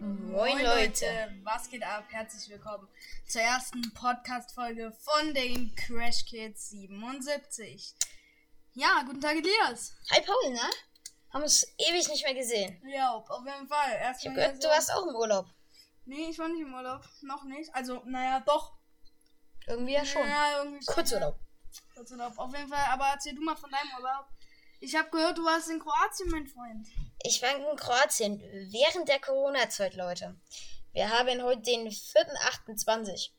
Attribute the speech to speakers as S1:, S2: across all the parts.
S1: Moin, Leute.
S2: was geht ab? Herzlich willkommen zur ersten Podcast-Folge von den Crash Kids 77. Ja, guten Tag, Elias.
S1: Hi Paul, ne? Haben uns ewig nicht mehr gesehen.
S2: Ja, auf jeden Fall.
S1: Ich hab
S2: Erstmal
S1: gehört,
S2: hier
S1: du warst auch im Urlaub.
S2: Nee, ich war nicht im Urlaub. Noch nicht. Also, naja, doch.
S1: Irgendwie ja schon.
S2: Ja, irgendwie schon.
S1: Kurzurlaub.
S2: Kurzurlaub. Auf jeden Fall. Aber erzähl du mal von deinem Urlaub. Ich habe gehört, du warst in Kroatien, mein Freund.
S1: Ich war in Kroatien während der Corona-Zeit, Leute. Wir haben heute den 4.28.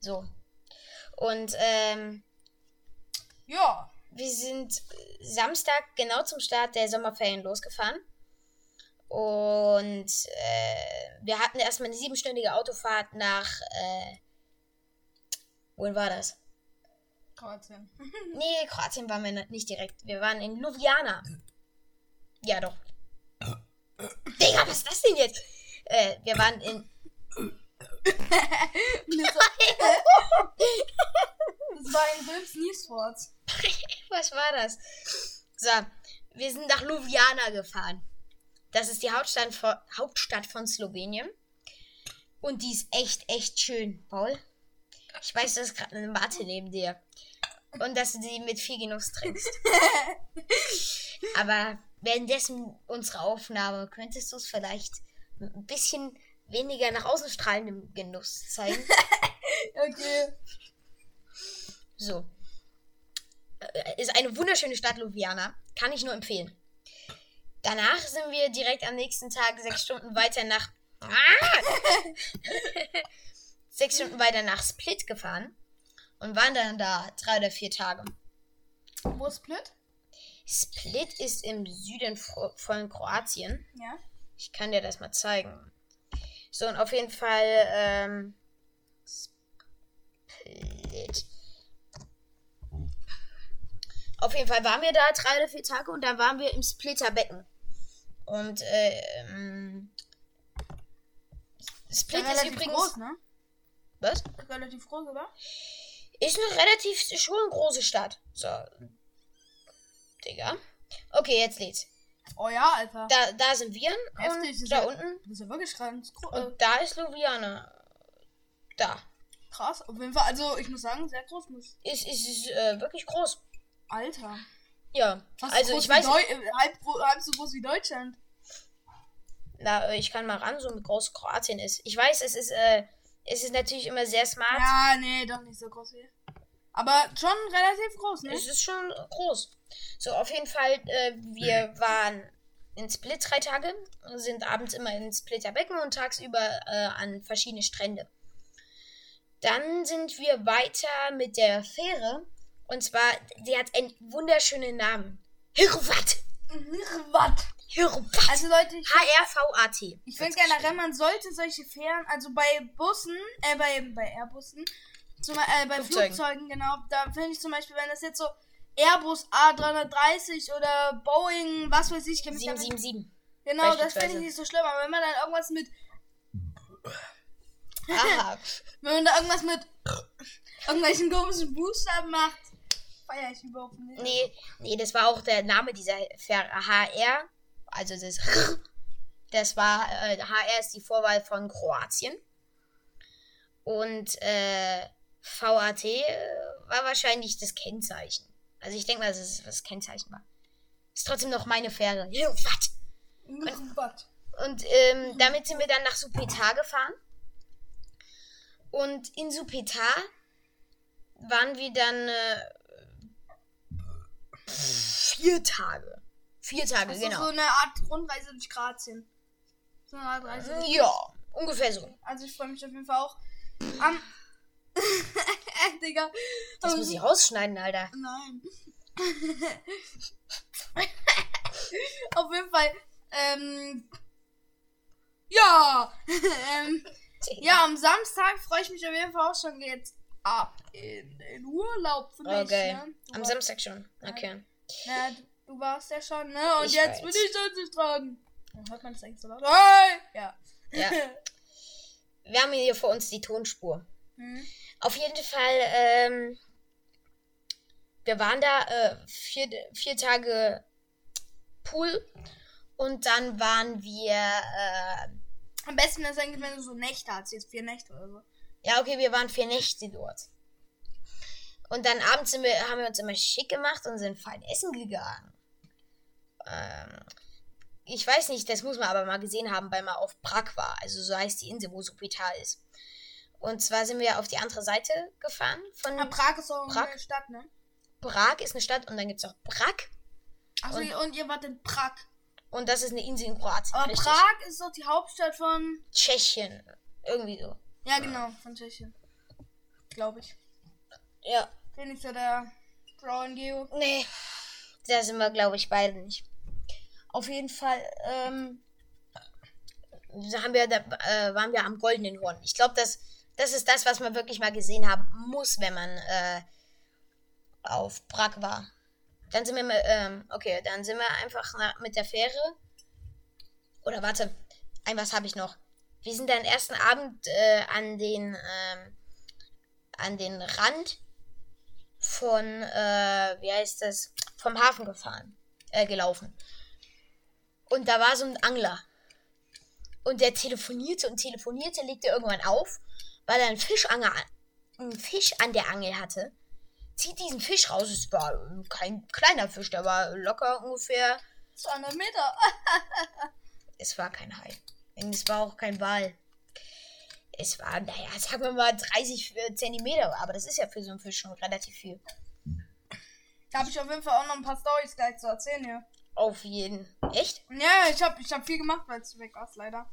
S1: So. Und ähm,
S2: Ja.
S1: wir sind Samstag genau zum Start der Sommerferien losgefahren. Und äh, wir hatten erstmal eine siebenstündige Autofahrt nach. Äh, wohin war das?
S2: Kroatien.
S1: Nee, Kroatien waren wir noch nicht direkt. Wir waren in Ljubljana. Ja, doch. Digga, was ist das denn jetzt? Äh, wir waren in.
S2: Das war in Wilms Niesforts.
S1: Was war das? So, wir sind nach Ljubljana gefahren. Das ist die Hauptstadt von, Hauptstadt von Slowenien. Und die ist echt, echt schön, Paul. Ich weiß, das ist gerade eine Mate neben dir. Und dass du die mit viel Genuss trinkst. Aber währenddessen unsere Aufnahme, könntest du es vielleicht ein bisschen weniger nach außen strahlendem Genuss zeigen?
S2: Okay.
S1: So. Äh, Ist eine wunderschöne Stadt, Ljubljana. Kann ich nur empfehlen. Danach sind wir direkt am nächsten Tag sechs Stunden weiter nach. Ah! sechs Stunden weiter nach Split gefahren und waren dann da drei oder vier Tage.
S2: Wo ist Split?
S1: Split ist im Süden fro- von Kroatien.
S2: Ja.
S1: Ich kann dir das mal zeigen. So, und auf jeden Fall, ähm. Split. Auf jeden Fall waren wir da drei oder vier Tage und da waren wir im Splitterbecken. Und, äh, ähm. Split ist
S2: relativ
S1: übrigens.
S2: groß, ne?
S1: Was?
S2: Relativ groß, oder?
S1: Ist eine relativ schon große Stadt. So. Digga. Okay, jetzt lädt's.
S2: Oh ja, Alter.
S1: Da, da sind wir.
S2: Heftig,
S1: Und
S2: ist
S1: da
S2: ja-
S1: unten.
S2: Das ist ja wirklich ganz gro- äh,
S1: Und da ist Ljubljana. Da.
S2: krass. Auf jeden Fall, also ich muss sagen, sehr groß muss.
S1: ist, ist, ist äh, wirklich groß.
S2: Alter.
S1: Ja,
S2: Fast
S1: also
S2: groß
S1: ich
S2: wie
S1: weiß,
S2: Deu äh, halb, gro- halb so groß wie Deutschland.
S1: na, äh, ich kann mal ran, so wie groß Kroatien ist. Ich weiß, es ist, äh, es ist natürlich immer sehr smart.
S2: Ja, nee, doch nicht so groß wie. Aber schon relativ groß, ne?
S1: Es ist schon groß. So, auf jeden Fall, äh, wir waren in Split drei Tage, sind abends immer in Splitter Becken und tagsüber äh, an verschiedene Strände. Dann sind wir weiter mit der Fähre. Und zwar, die hat einen wunderschönen Namen. Hirvat.
S2: Was?
S1: Hirvat.
S2: Also Leute, ich,
S1: H-R-V-A-T.
S2: ich finde generell, man sollte solche Fähren, also bei Bussen, äh, bei, bei Airbussen, zum, äh, bei
S1: Flugzeugen.
S2: Flugzeugen, genau, da finde ich zum Beispiel, wenn das jetzt so Airbus A330 oder Boeing, was weiß ich, kenn mich damit
S1: 777.
S2: Genau, das finde
S1: Beispielsweise.
S2: ich nicht so schlimm, aber wenn man dann irgendwas mit,
S1: Aha.
S2: wenn man da irgendwas mit irgendwelchen komischen Buchstaben macht, feier ich überhaupt nicht.
S1: Nee, nee, das war auch der Name dieser Fer HR. Also das R. Das war äh, HR ist die Vorwahl von Kroatien. Und äh, VAT äh, war wahrscheinlich das Kennzeichen. Also ich denke mal, dass es das Kennzeichen war. Ist trotzdem noch meine Fähre. Jo, wat?
S2: Was?
S1: Und ähm, damit sind wir dann nach Supetar gefahren. Und in Supetar waren wir dann äh, vier Tage. Vier Tage,
S2: Das ist so
S1: genau.
S2: eine Art Rundreise durch Kroatien. So eine Art Reise. durch-
S1: ja, ungefähr so.
S2: Also ich freue mich auf jeden Fall auch. Am Digga.
S1: Das muss ich
S2: Also
S1: rausschneiden, Alter.
S2: Nein. auf jeden Fall. Ähm, ja. ähm, Ja, am Samstag freue ich mich auf jeden Fall auch schon. Geht's ab in den Urlaub für mich.
S1: Oh, geil.
S2: Ne? Du
S1: Am
S2: warst-
S1: Samstag schon. Okay.
S2: Na, du- du warst ja schon, ne? Und
S1: Ich
S2: jetzt bin
S1: weiß.
S2: ich schon zu tragen. Dann hört man das eigentlich so laut. Hey! Ja.
S1: Ja. Wir haben hier vor uns die Tonspur.
S2: Hm.
S1: Auf jeden Fall, ähm, wir waren da äh, vier, vier Tage Pool und dann waren wir äh,
S2: Am besten wäre es eigentlich, wenn du so Nächte hast, jetzt vier Nächte oder so.
S1: Ja, okay, wir waren vier Nächte dort. Und dann abends sind wir, haben wir uns immer schick gemacht und sind fein essen gegangen. Ähm, ich weiß nicht, das muss man aber mal gesehen haben, weil man auf Prag war. Also so heißt die Insel, wo Supital ist. Und zwar sind wir auf die andere Seite gefahren von
S2: Aber Prag ist auch
S1: Prag?
S2: eine Stadt, ne?
S1: Prag ist eine Stadt und dann gibt es auch Prag.
S2: Achso,
S1: Und-
S2: und, ihr wart in Prag.
S1: Und das ist eine Insel in Kroatien.
S2: Aber
S1: richtig.
S2: Ah, Prag ist doch die Hauptstadt von.
S1: Tschechien. Irgendwie so.
S2: Ja, genau, von Tschechien. Glaube ich.
S1: Ja.
S2: Bin ich so der Brown Geo.
S1: Nee. Da sind wir, glaube ich, beide nicht. Auf jeden Fall, ähm, da haben wir, da, äh, waren wir am Goldenen Horn. Ich glaube, das, das ist das, was man wirklich mal gesehen haben muss, wenn man äh, auf Prag war. Dann sind wir, mit, ähm, okay, dann sind wir einfach na, mit der Fähre. Oder warte, ein was habe ich noch. Wir sind dann ersten Abend äh, an den ähm, an den Rand von, äh, wie heißt das, vom Hafen gefahren, äh, gelaufen. Und da war so ein Angler. Und der telefonierte und telefonierte, legte irgendwann auf, weil er einen Fischanger, einen Fisch an der Angel hatte. Zieht diesen Fisch raus, es war äh, kein kleiner Fisch, der war locker ungefähr.
S2: 200 Meter.
S1: Es war kein Hai. Und es war auch kein Wal. Es war, naja, sagen wir mal 30 Zentimeter, aber das ist ja für so einen Fisch schon relativ viel.
S2: Da habe ich auf jeden Fall auch noch ein paar Storys gleich zu erzählen hier.
S1: Auf jeden. Echt?
S2: Ja, ich habe ich hab viel gemacht, weil du weg warst, leider.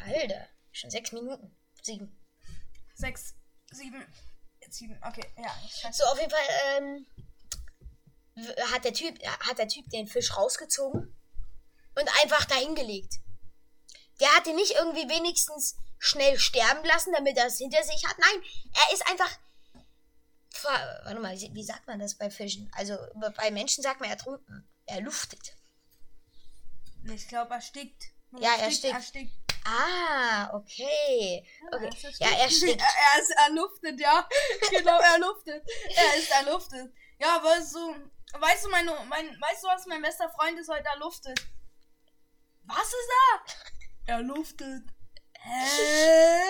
S1: Alter, schon sechs Minuten. Sieben.
S2: Sechs, sieben, sieben, okay, ja. Scheiße.
S1: So, auf jeden Fall ähm, w- hat, der typ, hat der Typ den Fisch rausgezogen und einfach dahingelegt. Der hat ihn nicht irgendwie wenigstens schnell sterben lassen, damit er es hinter sich hat. Nein, er ist einfach. ver- Warte mal, wie wie sagt man das bei Fischen? Also bei Menschen sagt man ertrunken. Er luftet.
S2: Ich glaube, erstickt.
S1: Ja,
S2: Erstickt.
S1: Ah, okay. okay.
S2: ist
S1: Ja, er stinkt.
S2: Er, er ist erluftet, ja. genau, er luftet. Er ist erluftet. Ja, weißt du, weißt du, meine, mein, weißt du, was mein bester Freund ist heute erluftet? Was ist da? Er luftet. Hä?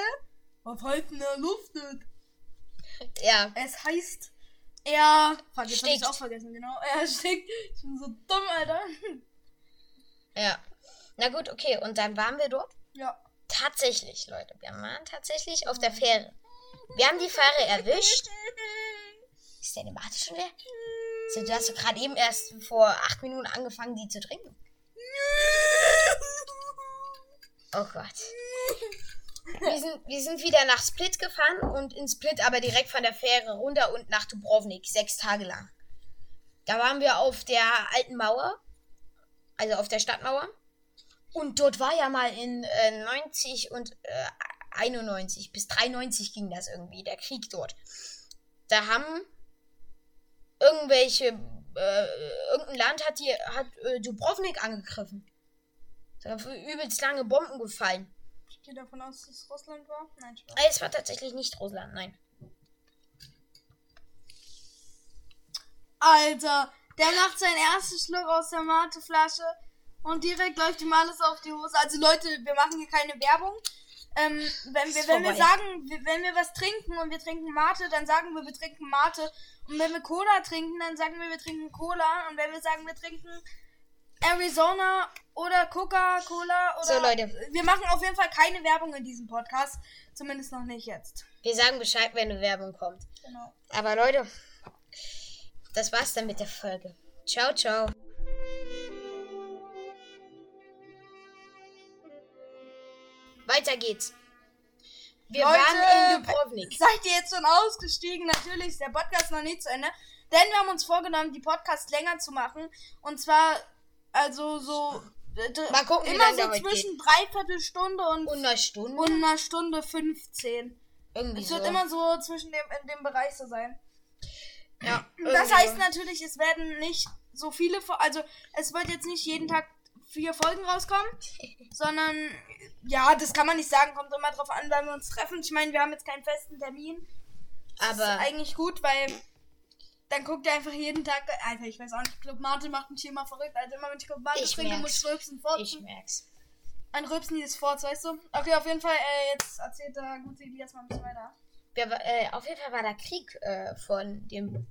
S2: Was heute denn erluftet?
S1: Ja.
S2: Es heißt, er. Fuck, jetzt hab ich's
S1: Stickt.
S2: auch vergessen, genau. Er stickt. Ich bin so dumm, Alter.
S1: Ja. Na gut, okay. Und dann waren wir dort.
S2: Ja.
S1: Tatsächlich, Leute. Wir waren tatsächlich auf der Fähre. Wir haben die Fähre erwischt. Ist deine Mate schon leer? So, du hast doch gerade eben erst vor acht Minuten angefangen, die zu trinken. Oh Gott. Wir sind, wir sind wieder nach Split gefahren und in Split aber direkt von der Fähre runter und nach Dubrovnik, sechs Tage lang. Da waren wir auf der alten Mauer, also auf der Stadtmauer. Und dort war ja mal in äh, 90 und äh, 91 bis 93 ging das irgendwie, der Krieg dort. Da haben irgendwelche, äh, irgendein Land hat, die, hat äh, Dubrovnik angegriffen. Da sind übelst lange Bomben gefallen.
S2: Ich gehe davon aus, dass es Russland war. Nein, Spaß.
S1: Es war tatsächlich nicht Russland, nein.
S2: Alter, der macht seinen ersten Schluck aus der Mateflasche und direkt läuft ihm alles auf die Hose. Also Leute, wir machen hier keine Werbung. Ähm, wenn, wir,
S1: Ist
S2: wenn wir
S1: vorbei.
S2: sagen, wir- wenn wir was trinken und wir trinken Mate, dann sagen wir, wir trinken Mate. Und wenn wir Cola trinken, dann sagen wir, wir trinken Cola. Und wenn wir sagen, wir trinken Arizona oder Coca-Cola oder...
S1: So, Leute.
S2: Wir machen auf jeden Fall keine Werbung in diesem Podcast. Zumindest noch nicht jetzt.
S1: Wir sagen Bescheid, wenn eine Werbung kommt.
S2: Genau.
S1: Aber Leute, das war's dann mit der Folge. Ciao, ciao. Weiter geht's. Wir
S2: Leute,
S1: waren in Dubrovnik.
S2: Seid ihr jetzt schon ausgestiegen? Natürlich ist der Podcast noch nicht zu Ende. Denn wir haben uns vorgenommen, die Podcasts länger zu machen. Und zwar, also so. d- d-
S1: Mal gucken, wie
S2: immer
S1: lange der
S2: so
S1: heute
S2: zwischen dreiviertel Stunde und,
S1: Und eine Stunde.
S2: und einer Stunde 15.
S1: irgendwie
S2: Es
S1: so.
S2: wird immer so zwischen dem, in dem Bereich so sein.
S1: ja,
S2: Das
S1: irgendwie
S2: heißt ne,
S1: so.
S2: natürlich, es werden nicht so viele, Fo- also es wird jetzt nicht jeden Tag vier Folgen rauskommen, sondern ja, das kann man nicht sagen, kommt immer drauf an, wann wir uns treffen. Ich meine, wir haben jetzt keinen festen Termin. Das
S1: Aber-
S2: ist eigentlich gut, weil dann guckt ihr einfach jeden Tag, Alter, ich weiß auch nicht, Club Mate macht mich hier immer verrückt, also immer wenn ich Club Mate
S1: Ich
S2: trinke, muss
S1: merk's.
S2: ich rülpsen,
S1: Ich
S2: furzen.
S1: merk's.
S2: ein Rülpsen dieses Forts, weißt du? Okay, auf jeden Fall, äh, jetzt erzählt der gute Elias mal ein bisschen weiter.
S1: Ja, wa- äh, auf jeden Fall war der Krieg äh, von dem.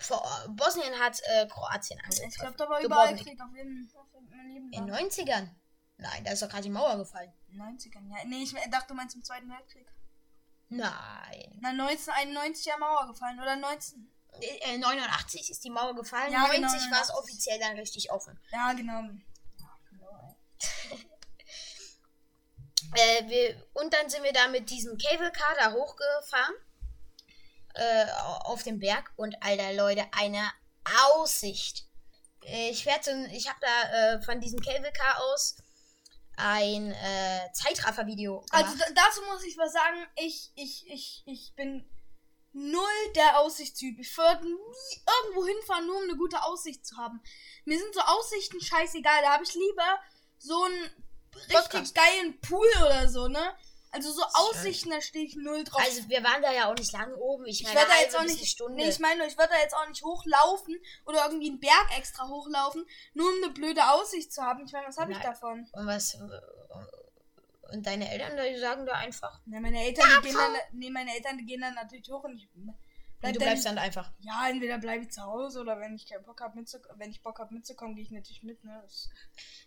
S1: Vor, Bosnien hat äh, Kroatien
S2: Ich
S1: angegriffen.
S2: glaube, da war
S1: Du
S2: überall
S1: brauchst
S2: Krieg, auf jedem, auf jedem Leben. ne?
S1: In den 90ern? Nein, da ist doch gerade die Mauer gefallen.
S2: 90ern, ja. Nee, ich dachte, du meinst im Zweiten Weltkrieg.
S1: Nein.
S2: Na, 1991 ja Mauer gefallen, oder 19.
S1: Äh, äh, 89 ist die Mauer gefallen,
S2: Ja,
S1: 90
S2: genau,
S1: war es
S2: 89.
S1: offiziell dann richtig offen.
S2: Ja, genau. Ja, genau, ey.
S1: Äh, wir, und dann sind wir da mit diesem Cable Car da hochgefahren. Äh, au- auf den Berg. Und alter Leute, eine Aussicht. Äh, Ich werde so, ein- ich habe da äh, von diesem Cable Car aus ein äh, Zeitraffer-Video gemacht.
S2: Also da- dazu muss ich was sagen, ich, ich, ich, ich bin null der Aussichtstyp. Ich würde nie irgendwo hinfahren, nur um eine gute Aussicht zu haben. Mir sind so Aussichten scheißegal. Da habe ich lieber so einen richtig
S1: Podcast.
S2: geilen Pool oder so, ne? Also so
S1: Schön.
S2: Aussichten, da stehe ich null drauf.
S1: also wir waren da ja auch nicht lange oben. Ich,
S2: ich
S1: meine,
S2: werde da
S1: eine
S2: jetzt auch
S1: halbe bis
S2: nicht.
S1: eine Stunde.
S2: Nee, ich meine, ich werde da jetzt auch nicht hochlaufen oder irgendwie einen Berg extra hochlaufen, nur um eine blöde Aussicht zu haben. Ich meine, was habe ich
S1: Nein.
S2: davon?
S1: und was äh, und deine Eltern die sagen da einfach.
S2: Ne, meine Eltern, die gehen dann, nee, meine Eltern die gehen dann natürlich hoch und ich bleib
S1: du
S2: dann-
S1: bleibst dann einfach.
S2: Ja, entweder bleibe ich zu Hause oder wenn ich keinen Bock habe mitzukommen, wenn ich Bock habe mitzukommen, gehe ich natürlich mit, ne? Das,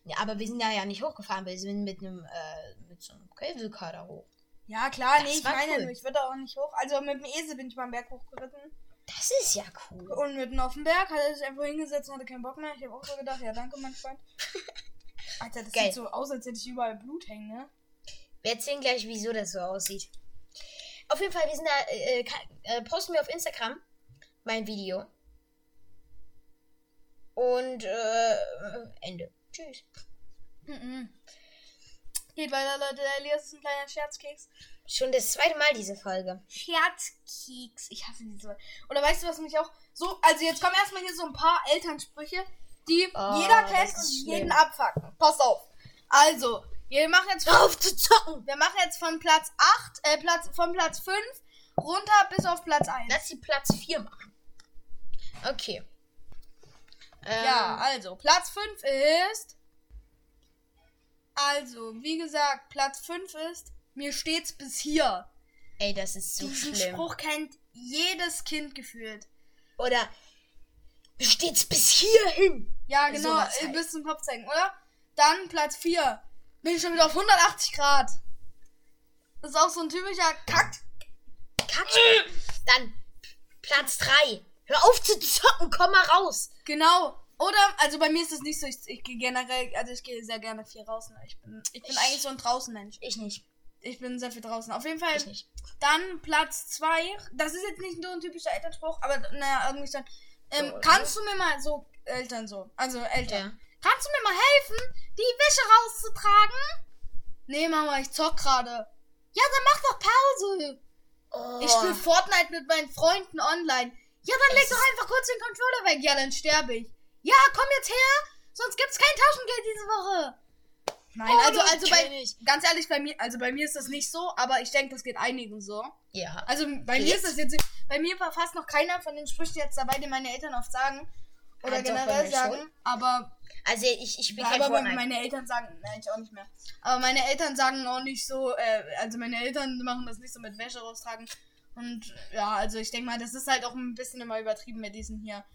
S1: Ja, aber wir sind da ja nicht hochgefahren, wir sind mit einem äh, mit so einem Cable Car da hoch.
S2: ja, klar,
S1: Das
S2: nee, ich
S1: war
S2: meine
S1: cool.
S2: nur, ich würde auch nicht hoch. Also mit dem Esel bin ich mal am Berg hochgeritten
S1: Das ist ja cool.
S2: und mitten auf dem Berg hat er sich einfach hingesetzt und hatte keinen Bock mehr. Ich habe auch so gedacht, ja, danke, mein Freund. Alter, das
S1: Geil.
S2: sieht so aus, als hätte ich überall Blut hängen, ne?
S1: Wir erzählen gleich, wieso das so aussieht. Auf jeden Fall, wir sind da, äh, äh, ka- äh, posten wir auf Instagram mein Video. Und äh, Ende. Tschüss.
S2: Mhm. Geht weiter, Leute, der Elias ist ein kleiner Scherzkeks.
S1: Schon das zweite Mal diese Folge.
S2: Scherzkeks. Ich hasse diese. Oder weißt du, was mich auch so. Also, jetzt kommen erstmal hier so ein paar Elternsprüche, die
S1: Oh,
S2: jeder
S1: das
S2: kennt
S1: ist
S2: und
S1: schlimm.
S2: jeden abfacken. Pass auf. Also, wir machen jetzt. Hör auf zu zocken! Wir machen jetzt von Platz 8, äh, Platz, von Platz 5 runter bis auf Platz 1.
S1: Lass sie Platz 4 machen. Okay. Ähm,
S2: Ja, also, Platz 5 ist. Also, wie gesagt, Platz 5 ist. Mir steht's bis hier.
S1: Ey, das ist so
S2: Diesen
S1: schlimm.
S2: Spruch kennt jedes Kind gefühlt.
S1: Oder wie steht's bis hierhin?
S2: Ja, genau,
S1: Sowas
S2: äh,
S1: halt.
S2: bis zum Kopf zeigen, oder? Dann Platz 4. Bin ich schon wieder auf 180 Grad. Das ist auch so ein typischer Kack.
S1: Kack.
S2: Äh.
S1: Dann Platz 3. Hör auf zu zocken, komm mal raus.
S2: Genau. Oder, also bei mir ist das nicht so, ich, ich gehe generell, also ich gehe sehr gerne viel raus. Ne? Ich bin, ich bin
S1: Ich-
S2: eigentlich so ein Draußenmensch.
S1: Ich nicht.
S2: Ich bin sehr viel draußen. Auf jeden Fall,
S1: Ich nicht.
S2: dann Platz 2. Das ist jetzt nicht nur ein typischer Elternspruch, aber naja, irgendwie schon. Ähm,
S1: So, ne? oder?
S2: kannst du mir mal so, Eltern so, also Eltern.
S1: Ja.
S2: Kannst du mir mal helfen, die Wäsche rauszutragen? Nee, Mama, ich zock gerade. Ja, dann mach doch Pause.
S1: Oh.
S2: Ich spiele Fortnite mit meinen Freunden online. Ja, dann leg
S1: Es
S2: doch
S1: ist-
S2: einfach kurz den Controller weg. Ja, dann sterbe ich. Ja, komm jetzt her, sonst gibt's kein Taschengeld diese Woche.
S1: Oh,
S2: Nein, also, also bei, ganz ehrlich, bei mir, also bei mir ist das nicht so, aber ich denke, das geht einigen so.
S1: Ja.
S2: Also bei mir ist das jetzt, bei mir war fast noch keiner von den Sprüchen jetzt dabei, den meine Eltern oft sagen. Oder
S1: Also bei
S2: generell
S1: mir
S2: sagen,
S1: schon.
S2: aber
S1: Also ich, ich bin
S2: ja,
S1: kein
S2: aber
S1: Fortnite.
S2: meine Eltern sagen, nein, ich auch nicht mehr. Aber meine Eltern sagen auch nicht so, äh, also meine Eltern machen das nicht so mit Wäsche raustragen. Und äh, ja, also ich denke mal, das ist halt auch ein bisschen immer übertrieben mit diesen hier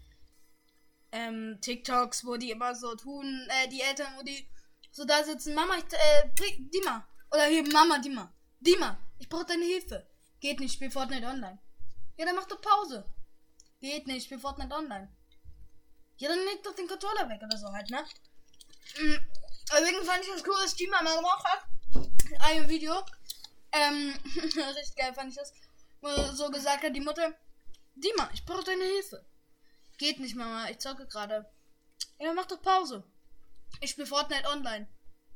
S2: ähm, TikToks, wo die immer so tun, äh, die Eltern, wo die so da sitzen, Mama, ich, äh, bring- Dima. Oder hier, Mama, Dima. Dima, ich brauche deine Hilfe. Geht nicht, spiel Fortnite online. Ja, dann mach doch Pause. Geht nicht, spiel Fortnite online. Ja, dann leg doch den Controller weg oder so halt, ne? Mm, Deswegen fand ich das cool, dass Dima mal gemacht hat. In einem Video. Ähm, richtig geil fand ich das. Wo er so gesagt hat die Mutter, Dima, ich brauche deine Hilfe. Geht nicht, Mama, ich zocke gerade. Ja, dann mach doch Pause. Ich spiele Fortnite online.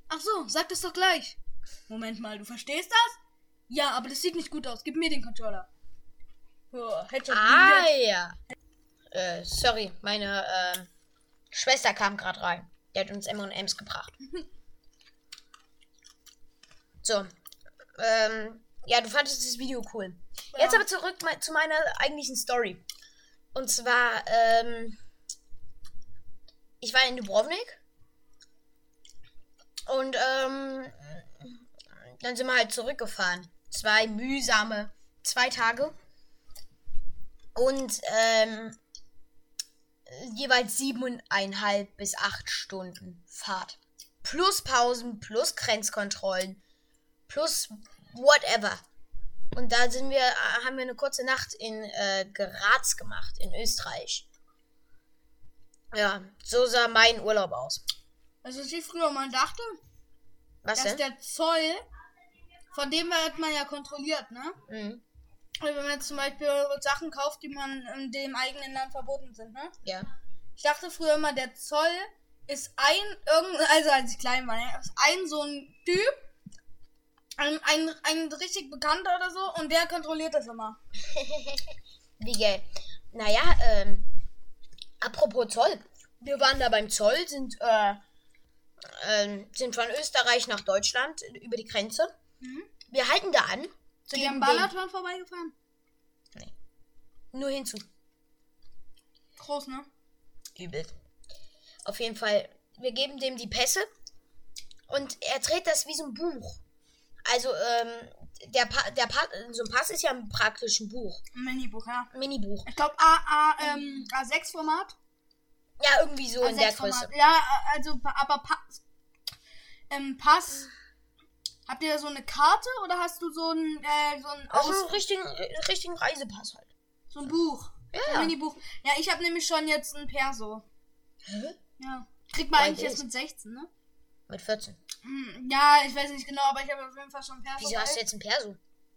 S2: Ach so, sag das doch gleich. Moment mal, du verstehst das? Ja, aber das sieht nicht gut aus. Gib mir den Controller. Oh, Headshot.
S1: ah ja. Äh, sorry, meine ähm, Schwester kam gerade rein. Die hat uns M&M's gebracht. so. Ähm, ja, du fandest das Video cool.
S2: Ja.
S1: Jetzt aber zurück me- zu meiner eigentlichen Story. Und zwar, ähm, ich war in Dubrovnik und ähm, Dann sind wir halt zurückgefahren. Zwei mühsame zwei Tage. Und ähm, jeweils siebeneinhalb bis acht Stunden Fahrt. Plus Pausen, plus Grenzkontrollen, plus whatever. Und da sind wir, äh, haben wir eine kurze Nacht in äh, Graz gemacht, in Österreich. Ja, so sah mein Urlaub aus.
S2: Also ist wie früher man dachte,
S1: Was
S2: dass
S1: denn?
S2: der Zoll, von dem wird man ja kontrolliert, ne?
S1: Mhm,
S2: Wenn man jetzt zum Beispiel Sachen kauft, die man in dem eigenen Land verboten sind, ne?
S1: ja.
S2: Ich dachte früher immer, der Zoll ist ein, irgend, also als ich klein war, ne, ist ein so ein Typ, ein, ein, ein richtig bekannter oder so, und der kontrolliert das immer.
S1: Wie geil. Naja, ähm, apropos Zoll. Wir waren da beim Zoll, sind, äh, ähm, sind von Österreich nach Deutschland über die Grenze.
S2: Mhm.
S1: Wir halten da an.
S2: Sind die
S1: geben
S2: am
S1: denen-
S2: Ballaton vorbeigefahren?
S1: Nur hinzu.
S2: Groß, ne?
S1: Übel. Auf jeden Fall, wir geben dem die Pässe und er dreht das wie so ein Buch. Also, ähm, der, pa der pa so ein Pass ist ja praktisch ein Buch,
S2: Ein Minibuch, ja.
S1: ein Minibuch.
S2: Ich glaube, A, A, ähm, A6-Format.
S1: Ja, irgendwie so in der Größe.
S2: A6-Format. Ja, also, aber Pass. Ähm, Pass. Habt ihr da so eine Karte oder hast du so ein, äh, so ein,
S1: Also,
S2: Aus,
S1: einen richtigen, richtigen Reisepass halt.
S2: so ein Buch?
S1: Ja.
S2: Ein Minibuch. Ja, ich habe nämlich schon jetzt ein Perso. Mhm.
S1: Hä?
S2: Ja. Kriegt man
S1: Mein
S2: eigentlich erst
S1: Bild.
S2: mit 16, ne?
S1: Mit 14.
S2: Hm, Ja, ich weiß nicht genau, aber ich habe auf jeden Fall schon einen Perso.
S1: Wieso hast du
S2: weil,
S1: jetzt ein Perso?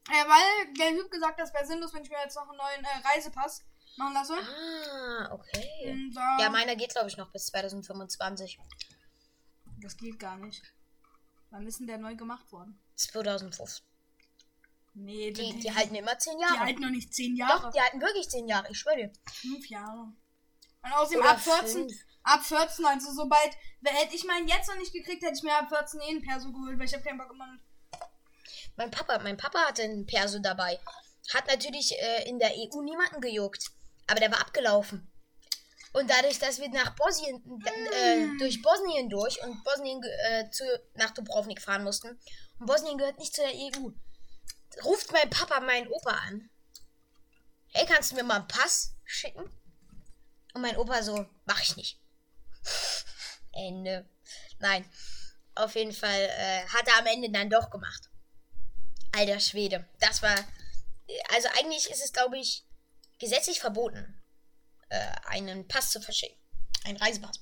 S2: äh, weil der Typ gesagt hat, es wäre sinnlos, wenn ich mir jetzt noch einen neuen äh, Reisepass machen lasse.
S1: Ah, okay.
S2: Und,
S1: Ja,
S2: äh,
S1: meiner geht, glaube ich, noch bis 2025.
S2: das geht gar nicht. Wann ist denn der neu gemacht worden?
S1: 2005.
S2: Nee,
S1: Die, die halten immer 10
S2: die
S1: Jahre.
S2: halten noch nicht 10 Jahre.
S1: Doch, die halten wirklich 10 Jahre, ich schwöre dir.
S2: 5 Jahre. Und außerdem
S1: Oder
S2: ab 14,
S1: fünf.
S2: ab 14, also sobald, wer- hätte ich meinen jetzt noch nicht gekriegt, hätte ich mir ab 14 eh einen Perso geholt, weil ich habe keinen Bock immer.
S1: Mein Papa, mein Papa hatte einen Perso dabei. Hat natürlich äh, in der EU niemanden gejuckt. Aber der war abgelaufen. Und dadurch, dass wir nach Bosnien, äh, durch Bosnien durch und Bosnien ge- äh, zu, nach Dubrovnik fahren mussten. Und Bosnien gehört nicht zu der EU. Ruft mein Papa meinen Opa an. Hey, kannst du mir mal einen Pass schicken? Und mein Opa so, mach ich nicht. Ende. Nein. Auf jeden Fall äh, hat er am Ende dann doch gemacht. Alter Schwede, das war. Also eigentlich ist es, glaube ich, gesetzlich verboten, äh, einen Pass zu verschicken. Einen Reisepass.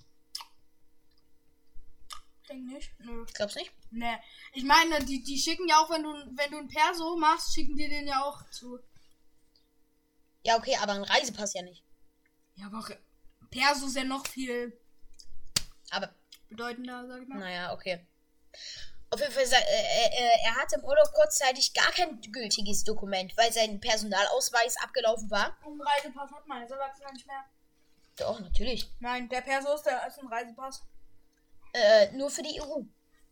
S2: Ich denke nicht. Nö.
S1: Glaubst du nicht?
S2: Nee. Ne. Ich meine, die, die schicken ja auch, wenn du, wenn du ein Perso machst, schicken die den ja auch zu.
S1: Ja, okay, aber einen Reisepass ja nicht.
S2: Ja, aber auch Perso ist ja noch viel
S1: Aber,
S2: bedeutender, sag ich mal.
S1: naja, okay. Auf jeden Fall, sa- äh, äh, er hatte im Urlaub kurzzeitig gar kein gültiges Dokument, weil sein Personalausweis abgelaufen war.
S2: Ein Reisepass hat man als Erwachsener nicht mehr.
S1: Doch, natürlich.
S2: Nein, der Perso ist, der, ist ein Reisepass.
S1: Äh, nur für die EU.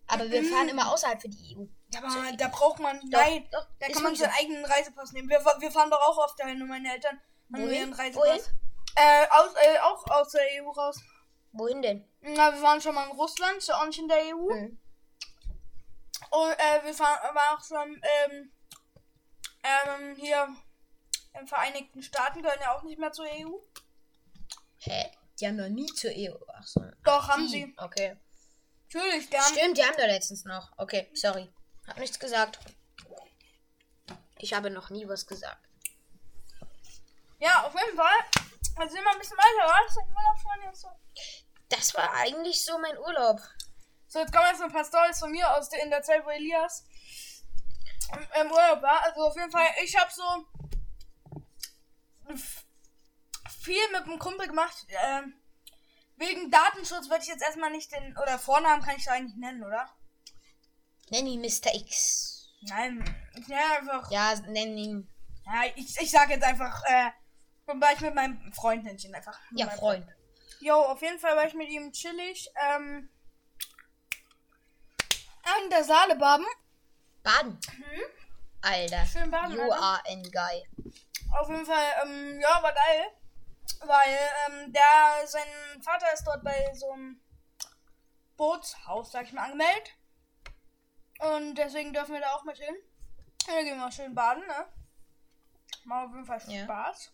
S1: Aber wir fahren immer außerhalb für die EU.
S2: Ja, aber da braucht man.
S1: Doch,
S2: Mhm. nein,
S1: doch,
S2: da
S1: ist
S2: kann man
S1: wirklich so.
S2: seinen eigenen Reisepass nehmen. Wir, fa- wir fahren doch auch oft dahin, nur meine Eltern haben
S1: Wohin?
S2: ihren Reisepass. Äh, aus, äh, auch aus der EU raus.
S1: Wohin denn?
S2: Na, wir waren schon mal in Russland, ist ja auch nicht in der E EU.
S1: Hm.
S2: Und äh, wir fahren, waren auch schon ähm, ähm, hier im Vereinigten Staaten, gehören ja auch nicht mehr zur E EU.
S1: Hä? Die haben noch nie zur EU. Ach so.
S2: Doch, haben
S1: Die.
S2: sie.
S1: Okay.
S2: Natürlich, die haben.
S1: Hm. Stimmt, die haben da letztens noch. Okay, sorry. Hab nichts gesagt. Ich habe noch nie was gesagt.
S2: Ja, auf jeden Fall. Also sind wir ein bisschen weiter, oder? Das ist ein Urlaub schon jetzt so.
S1: Das war eigentlich so mein Urlaub.
S2: So, jetzt kommen jetzt noch ein paar Stories von mir aus der, in der Zeit, wo Elias im- im Urlaub war. Also auf jeden Fall, ich habe so f- viel mit einem Kumpel gemacht. Ähm, wegen Datenschutz würde ich jetzt erstmal nicht den, oder Vornamen kann ich da eigentlich nennen, oder?
S1: Nenn ihn Mr. X.
S2: Nein, ich nenne einfach,
S1: Ja, nenn ihn.
S2: ja, ich, ich sage jetzt einfach, äh, war ich mit meinem Freund, nenne ich ihn einfach. Mit
S1: Ja,
S2: meinem
S1: Freund.
S2: Jo, auf jeden Fall war ich mit ihm chillig ähm, an der Saale baden.
S1: Baden. Alter.
S2: Schön Mhm. baden,
S1: You
S2: Alter.
S1: are a guy.
S2: Auf jeden Fall, ähm, ja, war geil. Weil ähm, der, sein Vater ist dort bei so einem Bootshaus, sag ich mal, angemeldet. Und deswegen dürfen wir da auch mit hin. Ja, dann gehen wir mal schön baden, ne? Macht auf jeden Fall
S1: Ja.
S2: Spaß.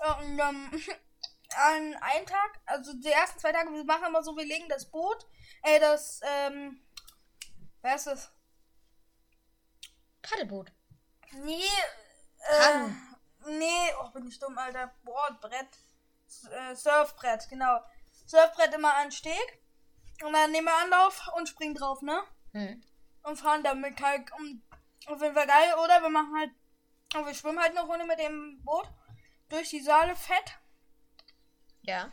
S2: Ja, und ähm, an einem Tag, also die ersten zwei Tage, wir machen immer so, wir legen das Boot, äh, das, ähm, wer ist das?
S1: Paddelboot.
S2: Nee, äh,
S1: Kanu.
S2: nee, oh, bin ich dumm, Alter. Boardbrett, S- äh, Surfbrett, genau. Surfbrett immer an den Steg und dann nehmen wir Anlauf und springen drauf, ne?
S1: Hm.
S2: und fahren damit halt um, auf jeden Fall geil, oder? Wir machen halt, und wir schwimmen halt eine Runde mit dem Boot durch die Saale fett.
S1: Ja.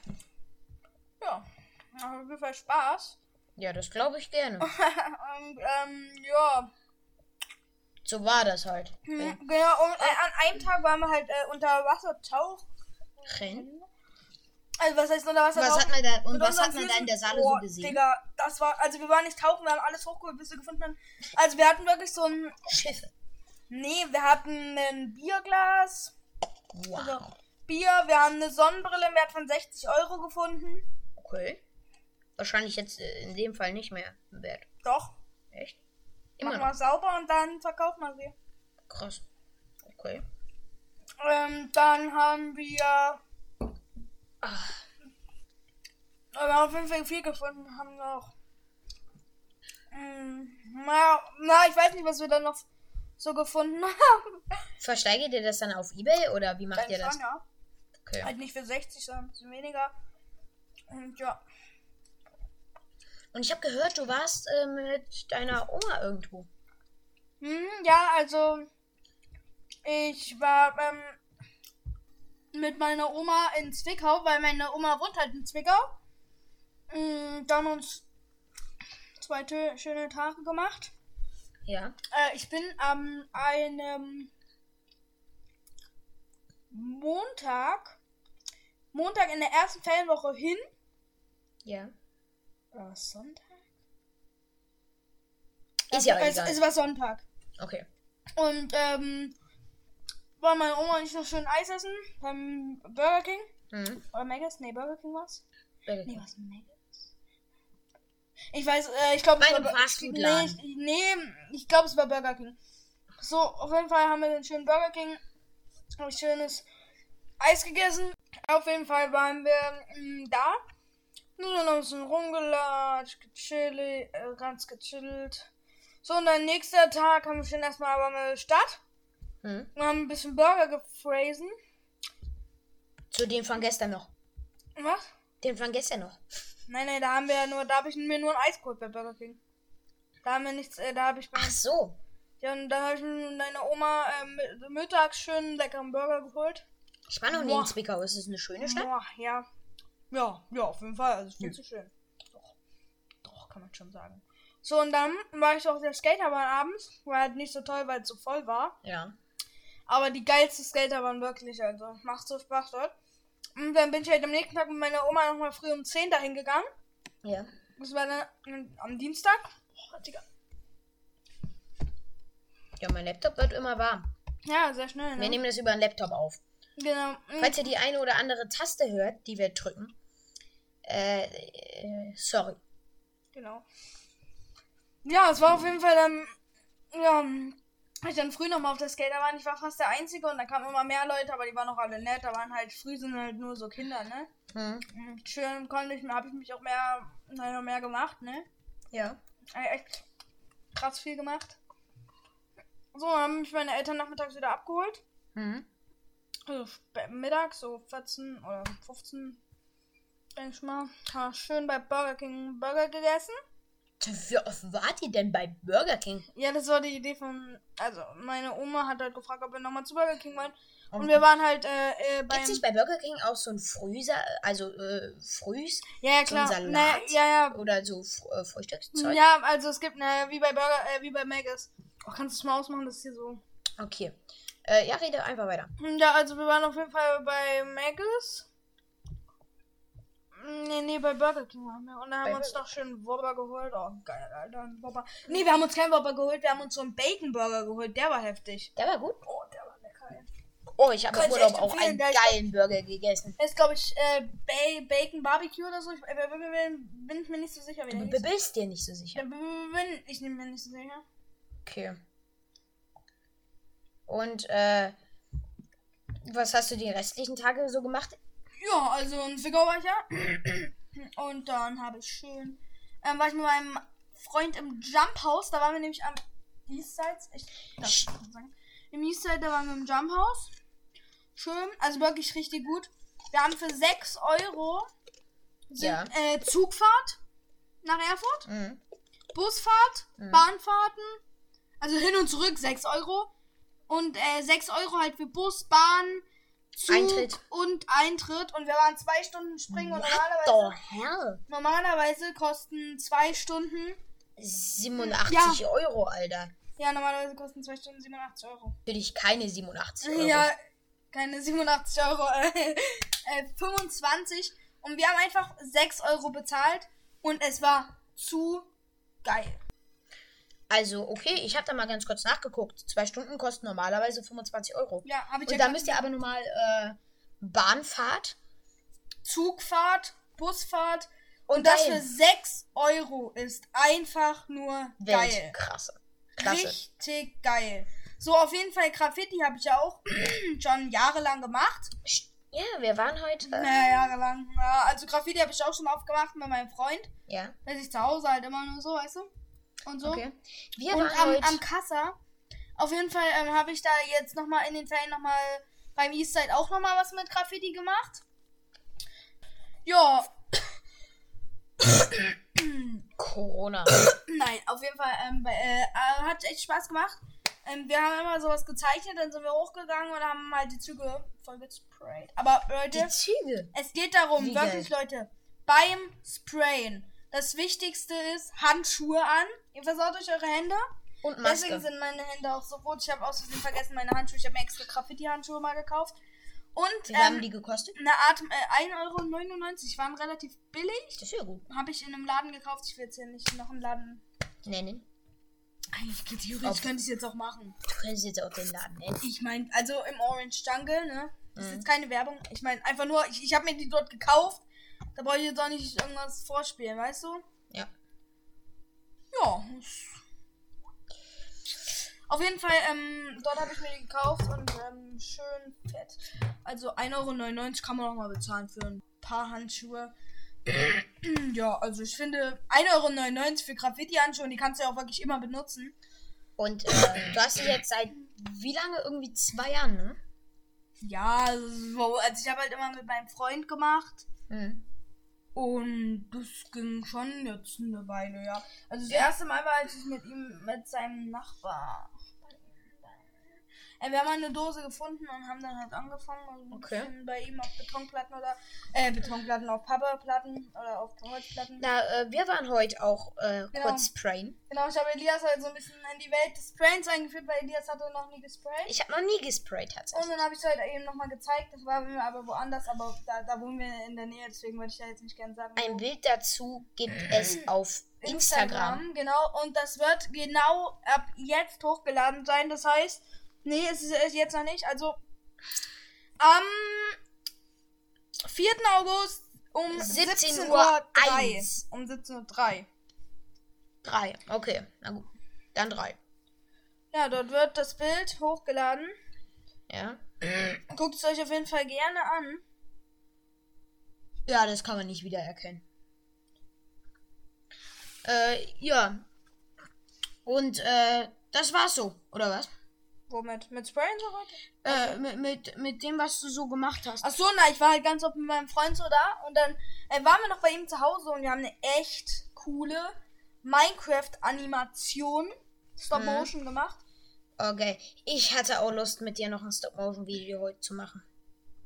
S2: Ja, macht auf jeden Fall Spaß.
S1: Ja, das glaube ich gerne.
S2: und, ähm, ja,
S1: So war das halt.
S2: Hm,
S1: Wenn-
S2: genau, und äh, an einem Tag waren wir halt äh, unter Wasser tauchen.
S1: Renn.
S2: Also, was heißt unter Wasser
S1: Was hat
S2: tauchen?
S1: man da, und
S2: Mit
S1: was hat
S2: unseren
S1: man da in der
S2: Füßen-
S1: Saale
S2: Boah,
S1: so gesehen?
S2: Digga, das war, also wir waren nicht tauchen, wir haben alles hochgeholt, bis wir gefunden haben. Also wir hatten wirklich so ein,
S1: Schiffe.
S2: nee, wir hatten ein Bierglas,
S1: Wow.
S2: Also Bier, wir haben eine Sonnenbrille im Wert von 60 Euro gefunden.
S1: Okay. Wahrscheinlich jetzt äh, in dem Fall nicht mehr im Wert.
S2: Doch,
S1: Echt?
S2: machen
S1: Immer noch.
S2: wir sauber und dann verkaufen wir sie.
S1: Krass. Okay.
S2: Ähm, dann haben wir.
S1: Ah,
S2: Aber wir haben auf jeden Fall viel gefunden, haben noch. Mm, na, na, ich weiß nicht, was wir dann noch so gefunden haben.
S1: versteigert ihr das dann auf Ebay oder wie macht
S2: Dann
S1: ihr das?
S2: schon, ja.
S1: Okay.
S2: Halt nicht für 60, sondern ein bisschen weniger. Und ja.
S1: Und ich habe gehört, du warst äh, mit deiner Oma irgendwo.
S2: Hm, ja, also ich war ähm, mit meiner Oma in Zwickau, weil meine Oma wohnt halt in Zwickau. Hm, dann uns zwei tö- schöne Tage gemacht.
S1: Ja.
S2: Äh, ich bin am einem Montag, Montag in der ersten Ferienwoche hin.
S1: Ja.
S2: Oder was Sonntag?
S1: Ist ja
S2: es,
S1: egal.
S2: es war Sonntag.
S1: Okay.
S2: Und ähm, war meine Oma und ich noch schön Eis essen beim Burger King.
S1: Mhm.
S2: Oder Maggis? Nee, Burger King war's.
S1: Burger
S2: Nee,
S1: King.
S2: was Maggis? Ich weiß, äh, ich glaube,
S1: Bei einem
S2: nee,
S1: Fastfood-Laden.
S2: ich- nee, ich glaube, es war Burger King. So, auf jeden Fall haben wir den schönen Burger King. Hab ich schönes Eis gegessen. Auf jeden Fall waren wir mm, da. Nur noch ein bisschen rumgelatscht, gechillt, äh, ganz gechillt. So, und dann nächster Tag haben wir schon erstmal aber mal Stadt.
S1: Mhm.
S2: Wir haben ein bisschen Burger gefräsen.
S1: Zu dem von gestern noch.
S2: Was?
S1: Den von gestern noch.
S2: Nein, nein, da haben wir ja nur, da habe ich mir nur ein Eis geholt bei Burger King. Da haben wir nichts, äh, da habe ich bei.
S1: Ach so.
S2: Ja, und dann habe ich mir mit meiner Oma ähm, mittags schön einen leckeren Burger geholt.
S1: Ich war noch nie
S2: Boah. Mhm.
S1: in Zwickau. Ist es eine schöne Stadt?
S2: Boah, ja. Ja, ja, auf jeden Fall. Also ist viel zu schön. Doch. Doch, kann man schon sagen. So, und dann war ich auf der Skaterbahn abends. War halt nicht so toll, weil es so voll war.
S1: Ja.
S2: Aber die geilste Skaterbahn wirklich, also. Macht so Spaß dort. Und dann bin ich halt am nächsten Tag mit meiner Oma nochmal früh um 10 dahin gegangen.
S1: Ja.
S2: Das war dann am Dienstag. Boah, Digga.
S1: Ja, mein Laptop wird immer warm.
S2: Ja, sehr schnell.
S1: Wir
S2: Ne?
S1: nehmen das über einen Laptop auf.
S2: Genau. Mhm.
S1: Falls ihr die eine oder andere Taste hört, die wir drücken, äh, äh, sorry.
S2: Genau. Ja, es war auf jeden Fall dann. Ja, hab ich dann früh nochmal auf der Skaterbahn. Ich war fast der Einzige und da kamen immer mehr Leute, aber die waren noch alle nett. Da waren halt früh sind halt nur so Kinder, ne?
S1: Hm,
S2: Und Schön konnte ich, habe ich mich auch mehr, naja, mehr gemacht, ne?
S1: ja.
S2: Ey, echt krass viel gemacht. So, dann haben mich meine Eltern nachmittags wieder abgeholt.
S1: Hm.
S2: Also spä- mittags, so 14 oder 15, denke ich mal. Haben schön bei Burger King Burger gegessen.
S1: Wie oft wart ihr denn bei Burger King?
S2: Ja, das war die Idee von. Also, meine Oma hat halt gefragt, ob wir nochmal zu Burger King wollen. Und wir waren halt äh, äh,
S1: Gibt
S2: beim.
S1: es nicht bei Burger King auch so ein Frühser, also äh, Frühs
S2: Ja, ja,
S1: so
S2: klar.
S1: einen Salat?
S2: naja, ja,
S1: oder so Fr- äh,
S2: ja.
S1: Frühstückszeug?
S2: Ja, also es gibt, naja, wie bei Burger, äh, wie bei Maggis. Oh, kannst du es mal ausmachen, das ist hier so.
S1: Okay. Äh, ja, rede einfach weiter.
S2: Ja, also wir waren auf jeden Fall bei Maggis. Nee, nee, bei Burger King waren wir. Und dann haben
S1: Bei
S2: wir uns
S1: Burger
S2: noch schön einen Whopper geholt. Oh, geil, Alter, ein Whopper. Nee, wir haben uns keinen Whopper geholt, wir haben uns so einen Bacon Burger geholt. Der war heftig.
S1: Der war gut.
S2: Oh, der war lecker, ey.
S1: Oh, ich habe im
S2: Kannst du
S1: Urlaub
S2: echt
S1: auch einen
S2: empfehlen, da ich-
S1: geilen Burger gegessen.
S2: Das ist, glaube ich, äh, ba Bacon Barbecue oder so. Ich äh, bin, bin, bin ich mir nicht so sicher, wie der
S1: Du
S2: hieß.
S1: bist dir nicht so sicher.
S2: Bin, bin, bin, ich bin mir nicht so sicher.
S1: Okay. Und äh, was hast du die restlichen Tage so gemacht?
S2: Ja, also in Zwickau war ich ja. Und dann habe ich schön. Ähm, war ich mit meinem Freund im Jump House. Da waren wir nämlich am Eastsides. Ich darf das schon sagen. Im Eastside, da waren wir im Jump House. Schön. Also wirklich richtig gut. Wir haben für 6 Euro sind,
S1: Ja.
S2: äh, Zugfahrt nach Erfurt,
S1: Mhm.
S2: Busfahrt,
S1: Mhm.
S2: Bahnfahrten. Also hin und zurück 6 Euro. Und äh, 6 Euro halt für Bus, Bahn, Zug
S1: Eintritt.
S2: und Eintritt. Und wir waren zwei Stunden springen und
S1: Doch,
S2: normalerweise,
S1: hell.
S2: normalerweise kosten zwei Stunden.
S1: 87 Euro, Alter.
S2: Ja, normalerweise kosten zwei Stunden 87 Euro.
S1: Natürlich keine 87 Euro.
S2: Ja, keine 87 Euro. äh, äh, 25. Und wir haben einfach 6 Euro bezahlt. Und es war zu geil.
S1: Also, okay, ich habe da mal ganz kurz nachgeguckt. Zwei Stunden kosten normalerweise 25 Euro.
S2: Ja, habe ich
S1: Und
S2: ja
S1: da müsst ihr aber nochmal äh, Bahnfahrt.
S2: Zugfahrt, Busfahrt. Und,
S1: Und
S2: das
S1: geil.
S2: für 6 Euro ist einfach nur geil.
S1: Weltklasse. Klasse.
S2: Richtig geil. So, auf jeden Fall Graffiti habe ich ja auch schon jahrelang gemacht.
S1: Ja, wir waren heute. Äh,
S2: Naja, jahrelang. Ja, also Graffiti habe ich auch schon aufgemacht mit meinem Freund.
S1: ja,
S2: Der sich zu Hause halt immer nur so, weißt du? Und so.
S1: okay. Wir
S2: Und
S1: waren
S2: am,
S1: heute.
S2: am Kassa. Auf jeden Fall ähm, habe ich da jetzt nochmal in den Ferien nochmal beim Eastside auch nochmal was mit Graffiti gemacht. Ja,
S1: Corona.
S2: Nein, auf jeden Fall ähm, bei- äh, äh, hat echt Spaß gemacht. Ähm, wir haben immer sowas gezeichnet, dann sind wir hochgegangen und haben halt die Züge voll gesprayt. Aber
S1: Die
S2: Leute,
S1: Züge.
S2: es geht darum,
S1: Wie
S2: wirklich Leute, beim Sprayen, das Wichtigste ist Handschuhe an. Ihr versaut euch eure Hände.
S1: Und
S2: Deswegen
S1: Maske.
S2: sind meine Hände auch so rot. Ich habe aus Versehen vergessen meine Handschuhe. Ich habe mir extra Graffiti-Handschuhe mal gekauft. Und
S1: Wie haben
S2: ähm,
S1: die gekostet?
S2: eine Atem äh, 1,99 Euro waren relativ billig.
S1: Das ist ja gut.
S2: Habe ich in einem Laden gekauft. Ich will jetzt hier nicht noch einen Laden
S1: Nennen.
S2: Eigentlich theoretisch
S1: Ob-
S2: könnte ich es jetzt auch machen.
S1: Du kannst jetzt auch den Laden ne? nennen.
S2: Ich meine, also im Orange Jungle, ne? Das ist
S1: Mhm.
S2: jetzt keine Werbung. Ich meine, einfach nur, ich, ich habe mir die dort gekauft. Da brauche ich jetzt auch nicht irgendwas vorspielen, weißt du?
S1: Ja.
S2: Ja. Auf jeden Fall, ähm, dort habe ich mir die gekauft und ähm, schön fett. Also 1,99 Euro kann man auch mal bezahlen für ein paar Handschuhe. ja, also ich finde 1,99 Euro für Graffiti-Handschuhe und die kannst du ja auch wirklich immer benutzen.
S1: Und äh, du hast sie jetzt seit wie lange? Irgendwie zwei Jahren, ne?
S2: Ja, so, also ich habe halt immer mit meinem Freund gemacht
S1: Mhm.
S2: und das ging schon jetzt eine Weile, ja. Also das erste Mal war, als ich mit ihm, mit seinem Nachbar. Äh, Wir haben mal eine Dose gefunden und haben dann halt angefangen, also ein
S1: Okay.
S2: bisschen bei ihm auf Betonplatten oder, äh, Betonplatten auf Papperplatten oder auf Holzplatten.
S1: Na, äh, wir waren heute auch äh,
S2: Genau.
S1: kurz sprayen.
S2: Genau, ich habe Elias halt so ein bisschen in die Welt des Sprays eingeführt, weil Elias hatte noch nie gesprayt.
S1: Ich habe noch nie gesprayt tatsächlich.
S2: Und dann habe ich es halt eben nochmal gezeigt. Das war mir aber woanders, aber da, da wohnen wir in der Nähe, deswegen wollte ich da jetzt nicht gerne sagen. wo.
S1: Ein Bild dazu gibt es auf Instagram.
S2: Genau, und das wird genau ab jetzt hochgeladen sein. Das heißt, nee, es ist es jetzt noch nicht. Also am 4. August um
S1: 17
S2: 17.03
S1: Uhr
S2: Uhr.
S1: eins.
S2: Um 17.03 Uhr.
S1: Drei. Okay, na gut. Dann drei.
S2: Ja, dort wird das Bild hochgeladen.
S1: Ja.
S2: Guckt es euch auf jeden Fall gerne an.
S1: Ja, das kann man nicht wiedererkennen. Äh, ja. Und äh, das war's so, oder was?
S2: Womit? Mit Spray und so weiter?
S1: Äh, mit, mit, mit dem, was du so gemacht hast.
S2: Ach so, na, ich war halt ganz oft mit meinem Freund so da und dann äh, waren wir noch bei ihm zu Hause und wir haben eine echt coole Minecraft-Animation Stop
S1: Mhm.
S2: Motion gemacht.
S1: Okay. Ich hatte auch Lust, mit dir noch ein Stop-Motion-Video heute zu machen.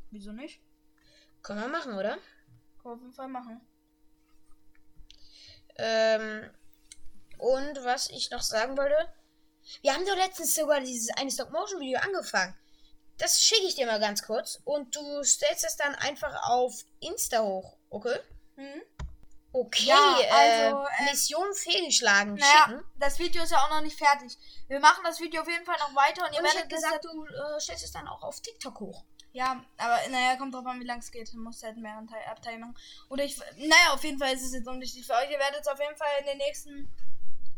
S2: Wieso nicht?
S1: Können wir machen, oder?
S2: Können wir auf jeden Fall machen.
S1: Ähm, und was ich noch sagen wollte, wir haben doch letztens sogar dieses eine Stop-Motion-Video angefangen. Das schicke ich dir mal ganz kurz und du stellst es dann einfach auf Insta hoch, okay?
S2: Mhm.
S1: Okay,
S2: Ja, also,
S1: äh,
S2: ähm,
S1: Mission fehlgeschlagen
S2: Naja,
S1: schicken.
S2: das Video ist ja auch noch nicht fertig. Wir machen das Video auf jeden Fall noch weiter und ihr
S1: Und ich
S2: werdet
S1: hätte
S2: das
S1: gesagt, du äh, stellst es dann auch auf TikTok hoch.
S2: Ja, aber naja, kommt drauf an, wie lang es geht. Man muss halt mehr Anteil, Abteil machen. Oder ich. Naja, auf jeden Fall ist es jetzt unwichtig für euch. Ihr werdet es auf jeden Fall in den nächsten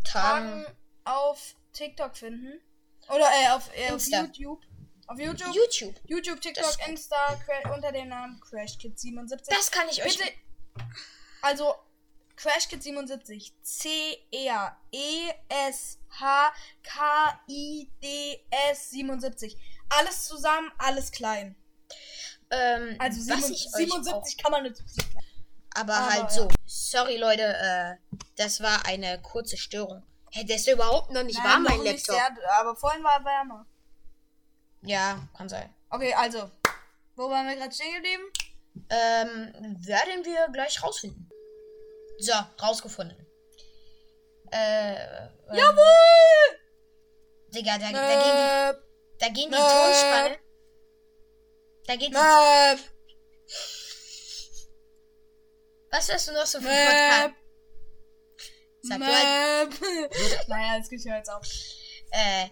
S2: Tagen
S1: Ähm.
S2: auf Tiktok finden. Oder äh, auf, äh, auf
S1: Insta.
S2: YouTube. Auf YouTube.
S1: YouTube.
S2: YouTube,
S1: Das
S2: TikTok,
S1: ist gut.
S2: Insta, Cra unter dem Namen Crash Kids 77.
S1: Das kann ich euch.
S2: Bitte. Also, Crash Kids 77. E C-R-E-S-H-K-I-D-S 77. Alles zusammen, alles klein.
S1: Ähm,
S2: Also
S1: was
S2: 77,
S1: ich euch auch
S2: 77 kann man nicht.
S1: Aber
S2: Aber
S1: halt
S2: ja.
S1: so. Sorry, Leute, äh, das war eine kurze Störung. Hä, der ist ja überhaupt noch nicht warm, mein
S2: noch nicht
S1: Laptop.
S2: sehr, aber vorhin war er wärmer.
S1: Ja, kann sein.
S2: Okay, also. Wo waren wir gerade stehen geblieben?
S1: Ähm, werden wir gleich rausfinden. So, rausgefunden. Äh. Ähm, Jawohl! Digga, da,
S2: Äh,
S1: da gehen
S2: Möp,
S1: die, da gehen
S2: Nö.
S1: die Tonspanne. Da
S2: äh,
S1: geht die.
S2: möp,
S1: Was hast du noch so für Podcast?
S2: möp,
S1: Sag du halt,
S2: möp. Naja, das geht ja jetzt auf.
S1: äh,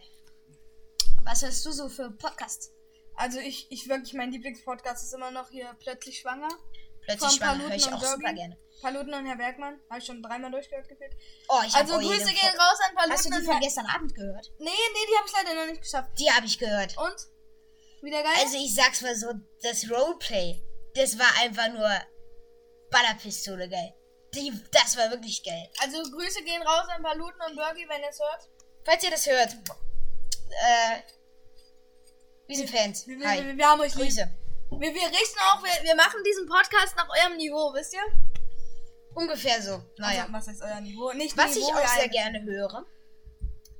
S1: was hast du so für Podcast?
S2: Also ich, ich wirklich, mein Lieblingspodcast ist immer noch hier plötzlich schwanger.
S1: Plötzlich
S2: Von
S1: schwanger, höre ich
S2: Paluten und
S1: auch super
S2: Doggy?
S1: gerne.
S2: Paluten und Herr Bergmann. Habe ich schon dreimal durchgehört gefühlt.
S1: Oh, ich hab
S2: Also
S1: auch jeden
S2: Grüße
S1: Podcast.
S2: gehen raus an Paluten
S1: Hast du die
S2: und
S1: von gestern Abend gehört?
S2: Nee, nee, die habe ich leider noch nicht geschafft.
S1: Die habe ich gehört.
S2: Und? Wieder geil?
S1: Also ich sag's mal so, das Roleplay, das war einfach nur Ballerpistole geil. Die, das war wirklich geil.
S2: Also Grüße gehen raus an Paluten und Bergi, wenn ihr es hört.
S1: Falls ihr das hört, äh, wir sind Fans.
S2: Wir, wir,
S1: Hi.
S2: wir, wir haben euch lieb.
S1: Grüße.
S2: Wir, wir richten auch, wir, wir machen diesen Podcast nach eurem Niveau, wisst ihr?
S1: Ungefähr so. Naja.
S2: Also, was heißt euer Niveau? Nicht
S1: Was ich
S2: Niveau,
S1: auch
S2: ja,
S1: sehr gerne höre.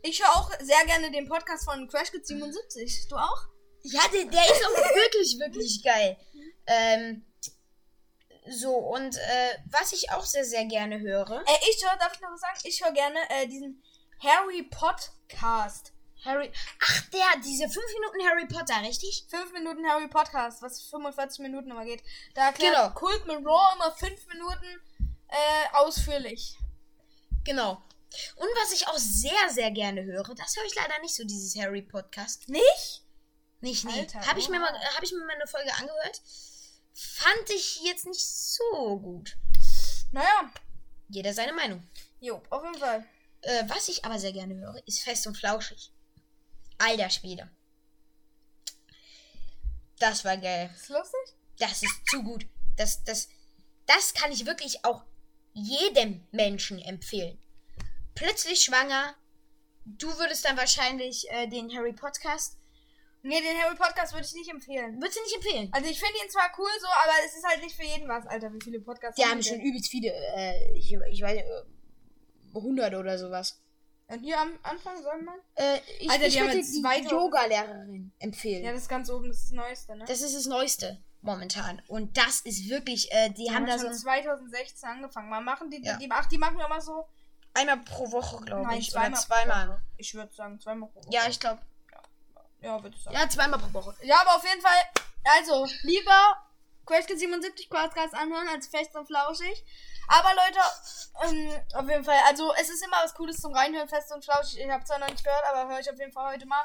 S2: Ich höre auch sehr gerne den Podcast von Crash Kids 77. Du auch?
S1: Ja, der, der ist auch wirklich, wirklich geil. Ähm, so, und äh, was ich auch sehr, sehr gerne höre.
S2: Äh, ich höre, darf ich noch was sagen? Ich höre gerne äh, diesen Harry Podcast.
S1: Harry. Ach, der, diese 5 Minuten Harry Potter, richtig?
S2: 5 Minuten Harry Podcast, was 45 Minuten immer geht. Da erklärt
S1: Genau.
S2: Kult Monroe immer 5 Minuten äh, ausführlich.
S1: Genau. Und was ich auch sehr, sehr gerne höre, das höre ich leider nicht so, dieses Harry Podcast.
S2: Nicht?
S1: Nicht, nee.
S2: Alter,
S1: Habe ich, mir
S2: oha.
S1: mal- hab ich mir mal eine Folge angehört. Fand ich jetzt nicht so gut.
S2: Naja,
S1: Jeder seine Meinung.
S2: jo, auf jeden Fall.
S1: Äh, was ich aber sehr gerne höre, ist fest und flauschig. Alter Schwede. Das war geil.
S2: Ist lustig?
S1: Das ist zu gut. Das, das, das kann ich wirklich auch jedem Menschen empfehlen. Plötzlich schwanger. Du würdest dann wahrscheinlich äh, den Harry Podcast.
S2: Nee, den Harry Podcast würde ich nicht empfehlen.
S1: Würdest du nicht empfehlen?
S2: Also ich finde ihn zwar cool so, aber es ist halt nicht für jeden was, Alter, wie viele Podcasts
S1: Die haben
S2: wir
S1: schon
S2: denn?
S1: übelst viele. Äh, ich, ich weiß, äh, 100 oder sowas.
S2: Und hier am Anfang soll man.
S1: Äh, ich
S2: Alter, die
S1: ich
S2: haben
S1: würde
S2: jetzt
S1: die
S2: zwei Tausend-
S1: Yoga-Lehrerin empfehlen.
S2: Ja, das ist ganz oben, das ist das Neueste, ne?
S1: Das ist das Neueste momentan. Und das ist wirklich, äh, die haben da so
S2: schon 2016 angefangen. Mal machen die, die,
S1: Ja.
S2: die, ach, die machen wir immer so.
S1: einmal pro Woche, glaube
S2: Nein,
S1: ich.
S2: zweimal
S1: Oder
S2: pro
S1: zweimal.
S2: Ich würde sagen, zweimal pro Woche.
S1: Ja, ich glaube.
S2: Ja, würde ich sagen.
S1: Ja, zweimal pro Woche.
S2: Ja, aber auf jeden Fall, also, lieber Quashkin 77 Quadcast anhören als fest und flauschig. Aber Leute, ähm, auf jeden Fall, also es ist immer was Cooles zum Reinhören, fest und flauschig. Ich hab's zwar noch nicht gehört, aber höre ich auf jeden Fall heute mal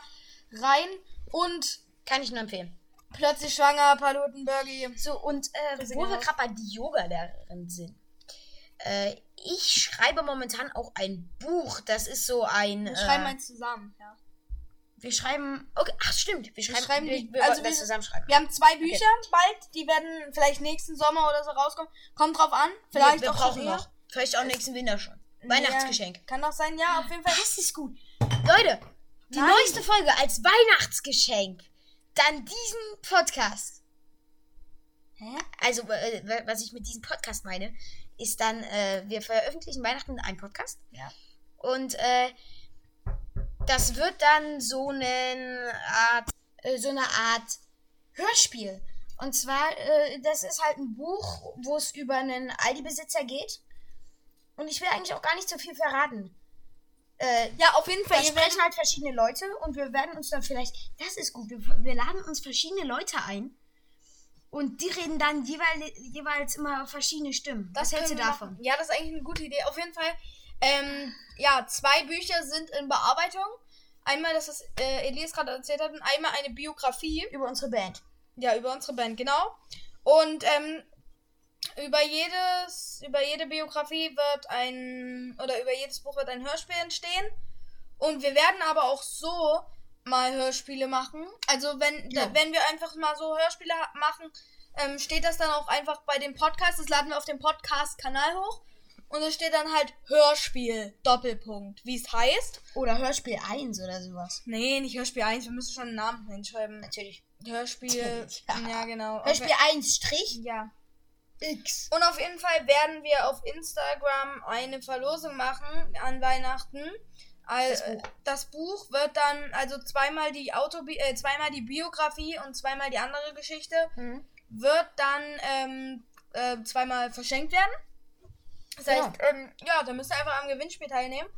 S2: rein. Und
S1: Kann ich nur empfehlen.
S2: plötzlich schwanger, Palutenburgi.
S1: So, und äh,
S2: Grüße
S1: wo
S2: gehen
S1: wir
S2: raus.
S1: gerade bei die Yoga-Lehrerin sind. Äh, ich schreibe momentan auch ein Buch. Das ist so ein.
S2: Wir schreiben
S1: äh,
S2: eins zusammen, ja.
S1: wir schreiben. Okay, ach stimmt. Wir schreiben,
S2: schreiben
S1: wir,
S2: die-
S1: wir
S2: also
S1: wollten das
S2: wir-
S1: zusammenschreiben.
S2: Wir haben zwei Bücher bald, die werden vielleicht nächsten Sommer oder so rauskommen. Kommt drauf an, vielleicht
S1: wir, wir
S2: auch
S1: brauchen
S2: schon eher.
S1: noch. Vielleicht auch nächsten Winter schon.
S2: Ja,
S1: Weihnachtsgeschenk.
S2: Kann doch sein, ja, auf jeden Fall.
S1: Das ist gut. Leute, die
S2: Nein.
S1: neueste Folge als Weihnachtsgeschenk. Dann diesen Podcast.
S2: Hä?
S1: Also, äh, wa- was ich mit diesem Podcast meine, ist dann, äh, wir veröffentlichen Weihnachten einen Podcast.
S2: Ja.
S1: Und äh, das wird dann so eine Art, äh, so eine Art Hörspiel. Und zwar, äh, das ist halt ein Buch, wo es über einen Aldi-Besitzer geht. Und ich will eigentlich auch gar nicht so viel verraten. Äh,
S2: Ja, auf jeden Fall.
S1: da
S2: ihr werdet-
S1: sprechen halt verschiedene Leute und wir werden uns dann vielleicht, das ist gut, wir, wir laden uns verschiedene Leute ein Und die reden dann jeweil, jeweils immer verschiedene Stimmen. Was hältst du
S2: können wir
S1: davon?
S2: machen. Ja, das ist eigentlich eine gute Idee. Auf jeden Fall, ähm, ja, zwei Bücher sind in Bearbeitung. Einmal, das was äh, Elias gerade erzählt hat, und einmal eine Biografie.
S1: Über unsere Band.
S2: Ja, über unsere Band, genau. Und ähm, über jedes, über jede Biografie wird ein, oder über jedes Buch wird ein Hörspiel entstehen. Und wir werden aber auch so mal Hörspiele machen. Also wenn,
S1: Ja.
S2: wenn wir einfach mal so Hörspiele ha- machen, ähm, steht das dann auch einfach bei dem Podcast. Das laden wir auf dem Podcast-Kanal hoch. Und es steht dann halt Hörspiel, Doppelpunkt, wie es heißt.
S1: Oder Hörspiel 1 oder sowas.
S2: Nee, nicht Hörspiel 1, wir müssen schon einen Namen hinschreiben.
S1: Natürlich.
S2: Hörspiel,
S1: Ja.
S2: ja genau.
S1: Hörspiel 1 Strich
S2: ja.
S1: X.
S2: Und auf jeden Fall werden wir auf Instagram eine Verlosung machen an Weihnachten. Al-
S1: Das
S2: das,
S1: Buch.
S2: Buch. wird dann also zweimal die Autobi äh, zweimal die Biografie und zweimal die andere Geschichte
S1: Mhm.
S2: wird dann ähm, äh, zweimal verschenkt werden. Das
S1: Ja.
S2: heißt, ähm, ja, da müsst ihr einfach am Gewinnspiel teilnehmen.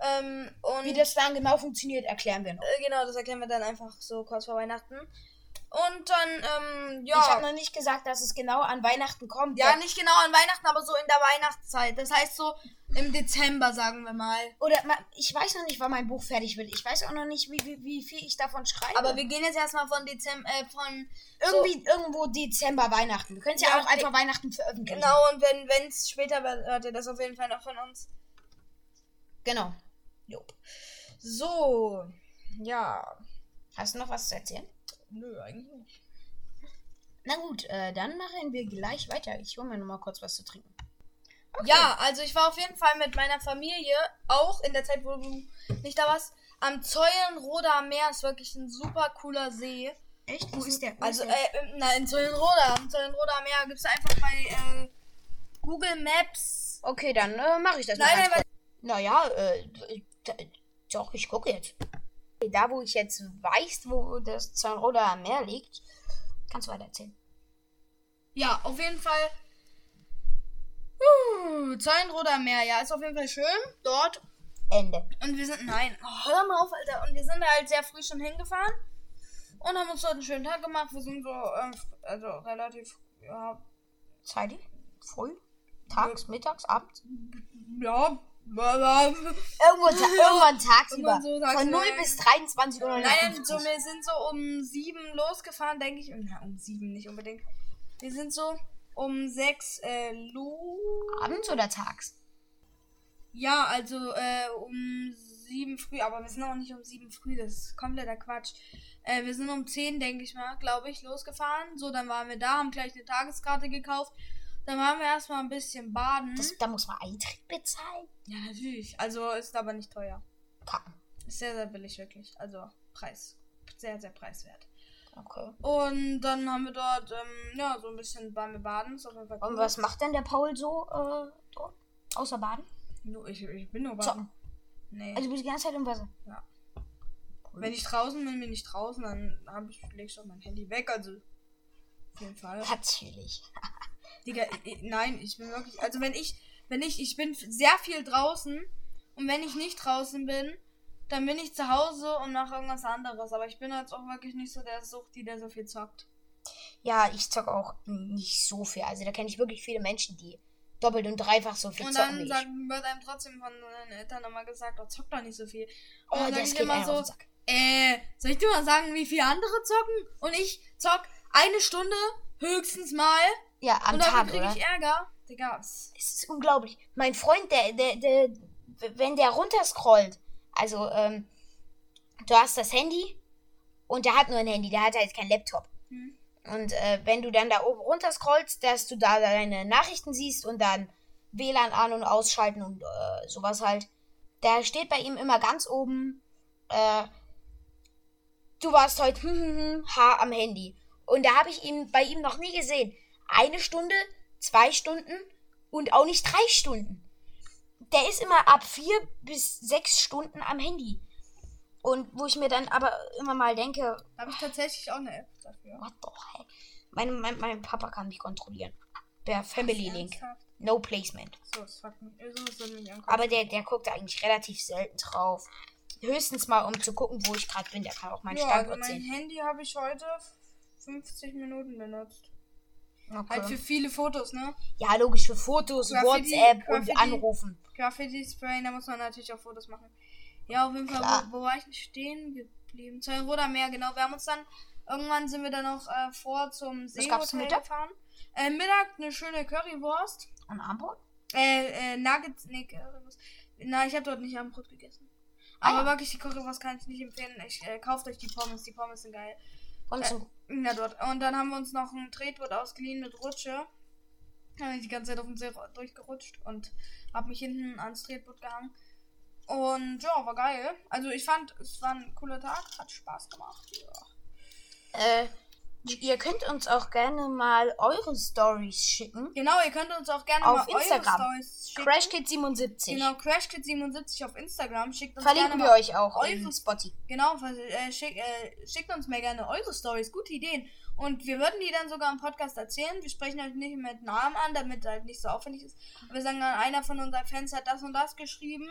S2: Ähm, und
S1: Wie das dann genau funktioniert, erklären wir noch.
S2: äh, genau, das erklären wir dann einfach so kurz vor Weihnachten. Und dann ähm, ja,
S1: Ich habe noch nicht gesagt, dass es genau an Weihnachten kommt.
S2: Ja, nicht genau an Weihnachten, aber so in der Weihnachtszeit. Das heißt so im Dezember, sagen wir mal.
S1: Oder ma- ich weiß noch nicht, wann mein Buch fertig wird. Ich weiß auch noch nicht, wie, wie, wie viel ich davon schreibe.
S2: Aber wir gehen jetzt erstmal von Dezember, äh, von.
S1: irgendwie irgendwo Dezember Weihnachten. Wir können es ja,
S2: Ja,
S1: auch einfach Weihnachten veröffentlichen.
S2: Genau, und wenn wenn's später wird, hört ihr das auf jeden Fall noch von uns.
S1: Genau.
S2: So. Ja.
S1: Hast du noch was zu erzählen?
S2: Nö, eigentlich nicht.
S1: Na gut, äh, dann machen wir gleich weiter. Ich hole mir noch mal kurz was zu trinken.
S2: Ja, also ich war auf jeden Fall mit meiner Familie, auch in der Zeit, wo du nicht da warst, am Zeulenroder Meer. Ist wirklich ein super cooler See.
S1: Echt? Wo ist der? Wo
S2: Also,
S1: ist der?
S2: äh, im- na, in Zeulenroda. Im Zeulenroda Meer gibt's einfach bei äh, Google Maps.
S1: okay, dann äh, mache ich das
S2: Nein, nein,
S1: mal. Nein, naja, äh, d- doch, ich gucke jetzt. Da, wo ich jetzt weiß, wo das Zahnroder Meer liegt, kannst du weiter erzählen.
S2: Ja, auf jeden Fall. Uh, Zeulenroder Meer, ja, ist auf jeden Fall schön dort.
S1: Ende.
S2: Und wir sind, nein, oh, hör mal auf, Alter. Und wir sind da halt sehr früh schon hingefahren und haben uns dort einen schönen Tag gemacht. Wir sind so, ähm, also relativ, ja,
S1: Zeitig? Früh? Tags, mittags, abends?
S2: ja, bla, bla.
S1: Irgendwann, ta irgendwann tagsüber.
S2: Irgendwann so
S1: Von
S2: tagsüber,
S1: 0
S2: ja.
S1: bis 23 Uhr.
S2: Nein, nein, so, wir sind so um sieben losgefahren, denke ich. Na, um sieben nicht unbedingt. Wir sind so um sechs äh, los.
S1: abends oder tags?
S2: Ja, also äh, um sieben früh, aber wir sind auch nicht um sieben früh, das ist kompletter Quatsch. Äh, wir sind um zehn, denke ich mal, glaube ich, losgefahren. So, dann waren wir da, haben gleich eine Tageskarte gekauft. Dann waren wir erstmal ein bisschen baden.
S1: Das, da muss man Eintritt bezahlen.
S2: ja, natürlich. Also ist aber nicht teuer.
S1: Karten.
S2: Ist sehr, sehr billig, wirklich. Also Preis. Sehr, sehr preiswert.
S1: Okay.
S2: Und dann haben wir dort, ähm, ja, so ein bisschen waren wir baden. Ist auf jeden Fall
S1: Und
S2: cool.
S1: was macht denn der Paul so äh, dort? Außer baden?
S2: Nur Ich, ich bin nur baden.
S1: Zocken.
S2: Nee.
S1: Also du bist die ganze Zeit im Wasser.
S2: Mhm. Ja. Wenn ich draußen bin, bin ich draußen, dann hab ich, leg ich auch mein Handy weg, also auf jeden Fall.
S1: Natürlich.
S2: Digga, ich, nein, ich bin wirklich, also wenn ich, wenn ich, ich bin sehr viel draußen und wenn ich nicht draußen bin, dann bin ich zu Hause und mache irgendwas anderes, aber ich bin jetzt auch wirklich nicht so der Suchti, der so viel zockt.
S1: Ja, ich zocke auch nicht so viel. Also da kenne ich wirklich viele Menschen, die doppelt und dreifach so viel
S2: und
S1: zocken
S2: dann
S1: wie
S2: sagt,
S1: ich.
S2: wird einem trotzdem von den Eltern immer gesagt, oh, zock doch nicht so viel. Und
S1: Oh,
S2: dann sag
S1: das
S2: ich
S1: geht
S2: immer
S1: einem
S2: so,
S1: auf den Sack.
S2: Äh, soll ich dir mal sagen, wie viele andere zocken? Und ich zock eine Stunde höchstens mal.
S1: Ja, am
S2: und
S1: Tag,
S2: dafür kriege
S1: oder?
S2: ich Ärger. Digga, was?
S1: Es ist unglaublich. Mein Freund, der, der, der, wenn der runterscrollt, also, ähm, du hast das Handy und der hat nur ein Handy, der hat halt kein Laptop.
S2: Hm.
S1: Und äh, wenn du dann da oben runterscrollst, dass du da deine Nachrichten siehst und dann WLAN an- und ausschalten und äh, sowas halt, da steht bei ihm immer ganz oben, äh, du warst heute hm, hm, hm, H am Handy. Und da habe ich ihn bei ihm noch nie gesehen. Eine Stunde, zwei Stunden und auch nicht drei Stunden. Der ist immer ab vier bis sechs Stunden am Handy. Und wo ich mir dann aber immer mal denke,
S2: Da habe ich tatsächlich auch eine App dafür.
S1: what the hell? Mein, mein, mein Papa kann mich kontrollieren. Der Family Link.
S2: Ernsthaft?
S1: No Placement.
S2: So, das fuckt mich. So, das wird mich angucken.
S1: Aber der, der guckt da eigentlich relativ selten drauf. Höchstens mal, um zu gucken, wo ich gerade bin. Der kann auch meinen
S2: ja, also
S1: Standort
S2: mein
S1: sehen.
S2: Handy habe ich heute 50 Minuten benutzt.
S1: Okay.
S2: Halt für viele Fotos, ne?
S1: ja, logisch, für Fotos,
S2: Graffiti-
S1: WhatsApp
S2: Graffiti-
S1: und Anrufen.
S2: Graffiti-Spray, da muss man natürlich auch Fotos machen. Ja, auf jeden Fall,
S1: Klar.
S2: wo, wo war ich stehen geblieben? Zwei Roder Meer, genau. Wir haben uns dann, irgendwann sind wir dann noch äh, vor zum See
S1: gab's zum Mittag?
S2: gefahren. Äh, Mittag eine schöne Currywurst.
S1: Und Armbrot?
S2: Äh, äh, Nuggets, nee, Currywurst. Na, ich habe dort nicht Abendbrot gegessen. Aber
S1: Ah,
S2: wirklich, die Currywurst kann ich nicht empfehlen. Ich, äh, kauft euch die Pommes, die Pommes sind geil.
S1: Und
S2: Äh,
S1: so.
S2: Ja, dort. Und dann haben wir uns noch ein Tretboot ausgeliehen mit Rutsche. Da bin ich die ganze Zeit auf dem See ru- durchgerutscht und habe mich hinten ans Tretboot gehangen. Und ja, war geil. Also ich fand, es war ein cooler Tag, hat Spaß gemacht. Ja.
S1: Äh, ihr könnt uns auch gerne mal eure Stories schicken.
S2: Genau, ihr könnt uns auch gerne
S1: Auf
S2: mal
S1: Instagram.
S2: eure Stories schicken.
S1: Crash Kid 77.
S2: Genau, CrashKid77 auf Instagram. Schickt uns
S1: Verlinken
S2: gerne
S1: wir
S2: mal,
S1: euch auch
S2: eure-
S1: in Spotty.
S2: Genau, vers- äh, schick, äh, schickt uns mal gerne eure Stories, gute Ideen. Und wir würden die dann sogar im Podcast erzählen. Wir sprechen halt nicht mit Namen an, damit halt nicht so aufwendig ist. Wir sagen dann, einer von unseren Fans hat das und das geschrieben.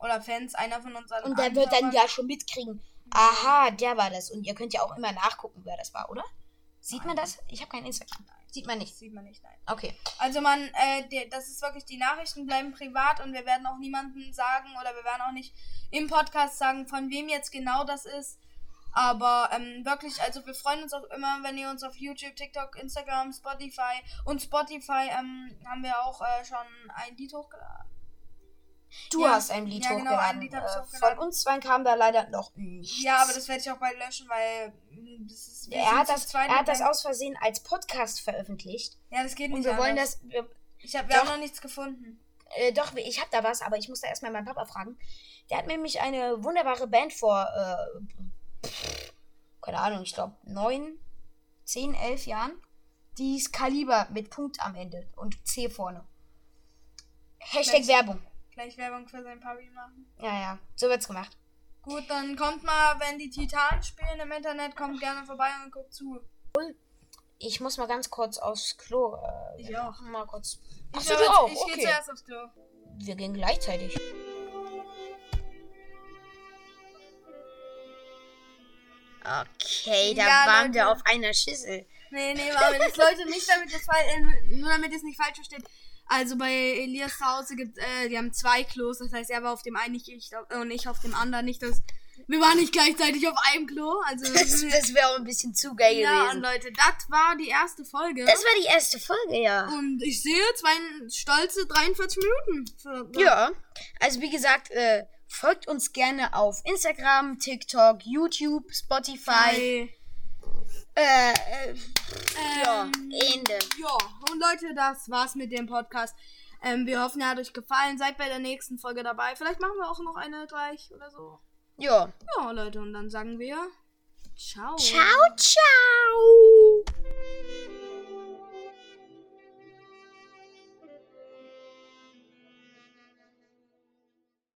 S2: Oder Fans, einer von unseren
S1: Und der wird dann
S2: Anhörern.
S1: ja schon mitkriegen. Aha, der war das. Und ihr könnt ja auch immer nachgucken, wer das war, oder? Sieht man
S2: Nein.
S1: das? Ich habe kein Instagram. Sieht man nicht.
S2: Das sieht man nicht, nein.
S1: Okay.
S2: Also man, äh, der, das ist wirklich, die Nachrichten bleiben privat und wir werden auch niemandem sagen oder wir werden auch nicht im Podcast sagen, von wem jetzt genau das ist. Aber ähm, wirklich, also wir freuen uns auch immer, wenn ihr uns auf YouTube, TikTok, Instagram, Spotify und Spotify ähm, haben wir auch äh, schon ein Lied hochgeladen.
S1: Du
S2: Ja.
S1: hast ein Lied
S2: Ja, genau, ein
S1: hochgeladen.
S2: Lied hab ich
S1: äh,
S2: hochgeladen.
S1: Von uns zwei kam da leider noch nichts.
S2: Ja, aber das werde ich auch bald löschen, weil mh, das ist wir
S1: er
S2: sind
S1: hat
S2: zu
S1: das,
S2: zweit
S1: er
S2: und
S1: hat das
S2: dann-
S1: aus Versehen als Podcast veröffentlicht.
S2: Ja, das geht nicht.
S1: Und wir wollen
S2: anders.
S1: das. Wir,
S2: Ich hab, wir haben
S1: Doch.
S2: noch nichts gefunden.
S1: äh, doch, ich habe da was, aber ich muss da erstmal meinen Papa fragen. Der hat mir nämlich eine wunderbare Band vor. Äh, pff, keine Ahnung, ich glaube, neun, zehn, elf Jahren. Die ist Kaliber mit Punkt am Ende und C vorne. Hashtag
S2: Mensch.
S1: Werbung.
S2: Gleich Werbung für sein Papi machen.
S1: Ja, ja, so wird's gemacht.
S2: Gut, dann kommt mal, wenn die Titanen spielen im Internet, kommt gerne vorbei und guckt zu.
S1: Ich muss mal ganz kurz aufs Klo. Äh,
S2: Ich auch.
S1: Mal kurz.
S2: Ich
S1: Achso,
S2: hör
S1: du
S2: jetzt-
S1: auch.
S2: Ich gehe
S1: oh, Okay.
S2: zuerst aufs Klo.
S1: Wir gehen gleichzeitig. Okay, da
S2: Ja,
S1: waren wir
S2: Leute.
S1: auf einer Schüssel.
S2: Nee, nee, aber das Leute nicht, damit das fall- äh, nur damit ihr es nicht falsch versteht. Also bei Elias zu Hause gibt äh, die haben zwei Klos, das heißt, er war auf dem einen nicht ich auf- und ich auf dem anderen nicht. Das, wir waren nicht gleichzeitig auf einem Klo, also
S1: Das, das wäre auch ein bisschen zu geil
S2: ja, und
S1: gewesen.
S2: Leute, das war die erste Folge.
S1: Das war die erste Folge, ja.
S2: und ich sehe zwei stolze 43 Minuten. Für,
S1: Ja, also wie gesagt, äh, folgt uns gerne auf Instagram, TikTok, YouTube, Spotify.
S2: Bei,
S1: Äh, äh, ja,
S2: ähm,
S1: Ende.
S2: Ja, und Leute, das war's mit dem Podcast. Ähm, wir hoffen, er hat euch gefallen. Seid bei der nächsten Folge dabei. Vielleicht machen wir auch noch eine gleich oder so.
S1: Ja.
S2: Ja, Leute, und dann sagen wir Ciao.
S1: Ciao, ciao.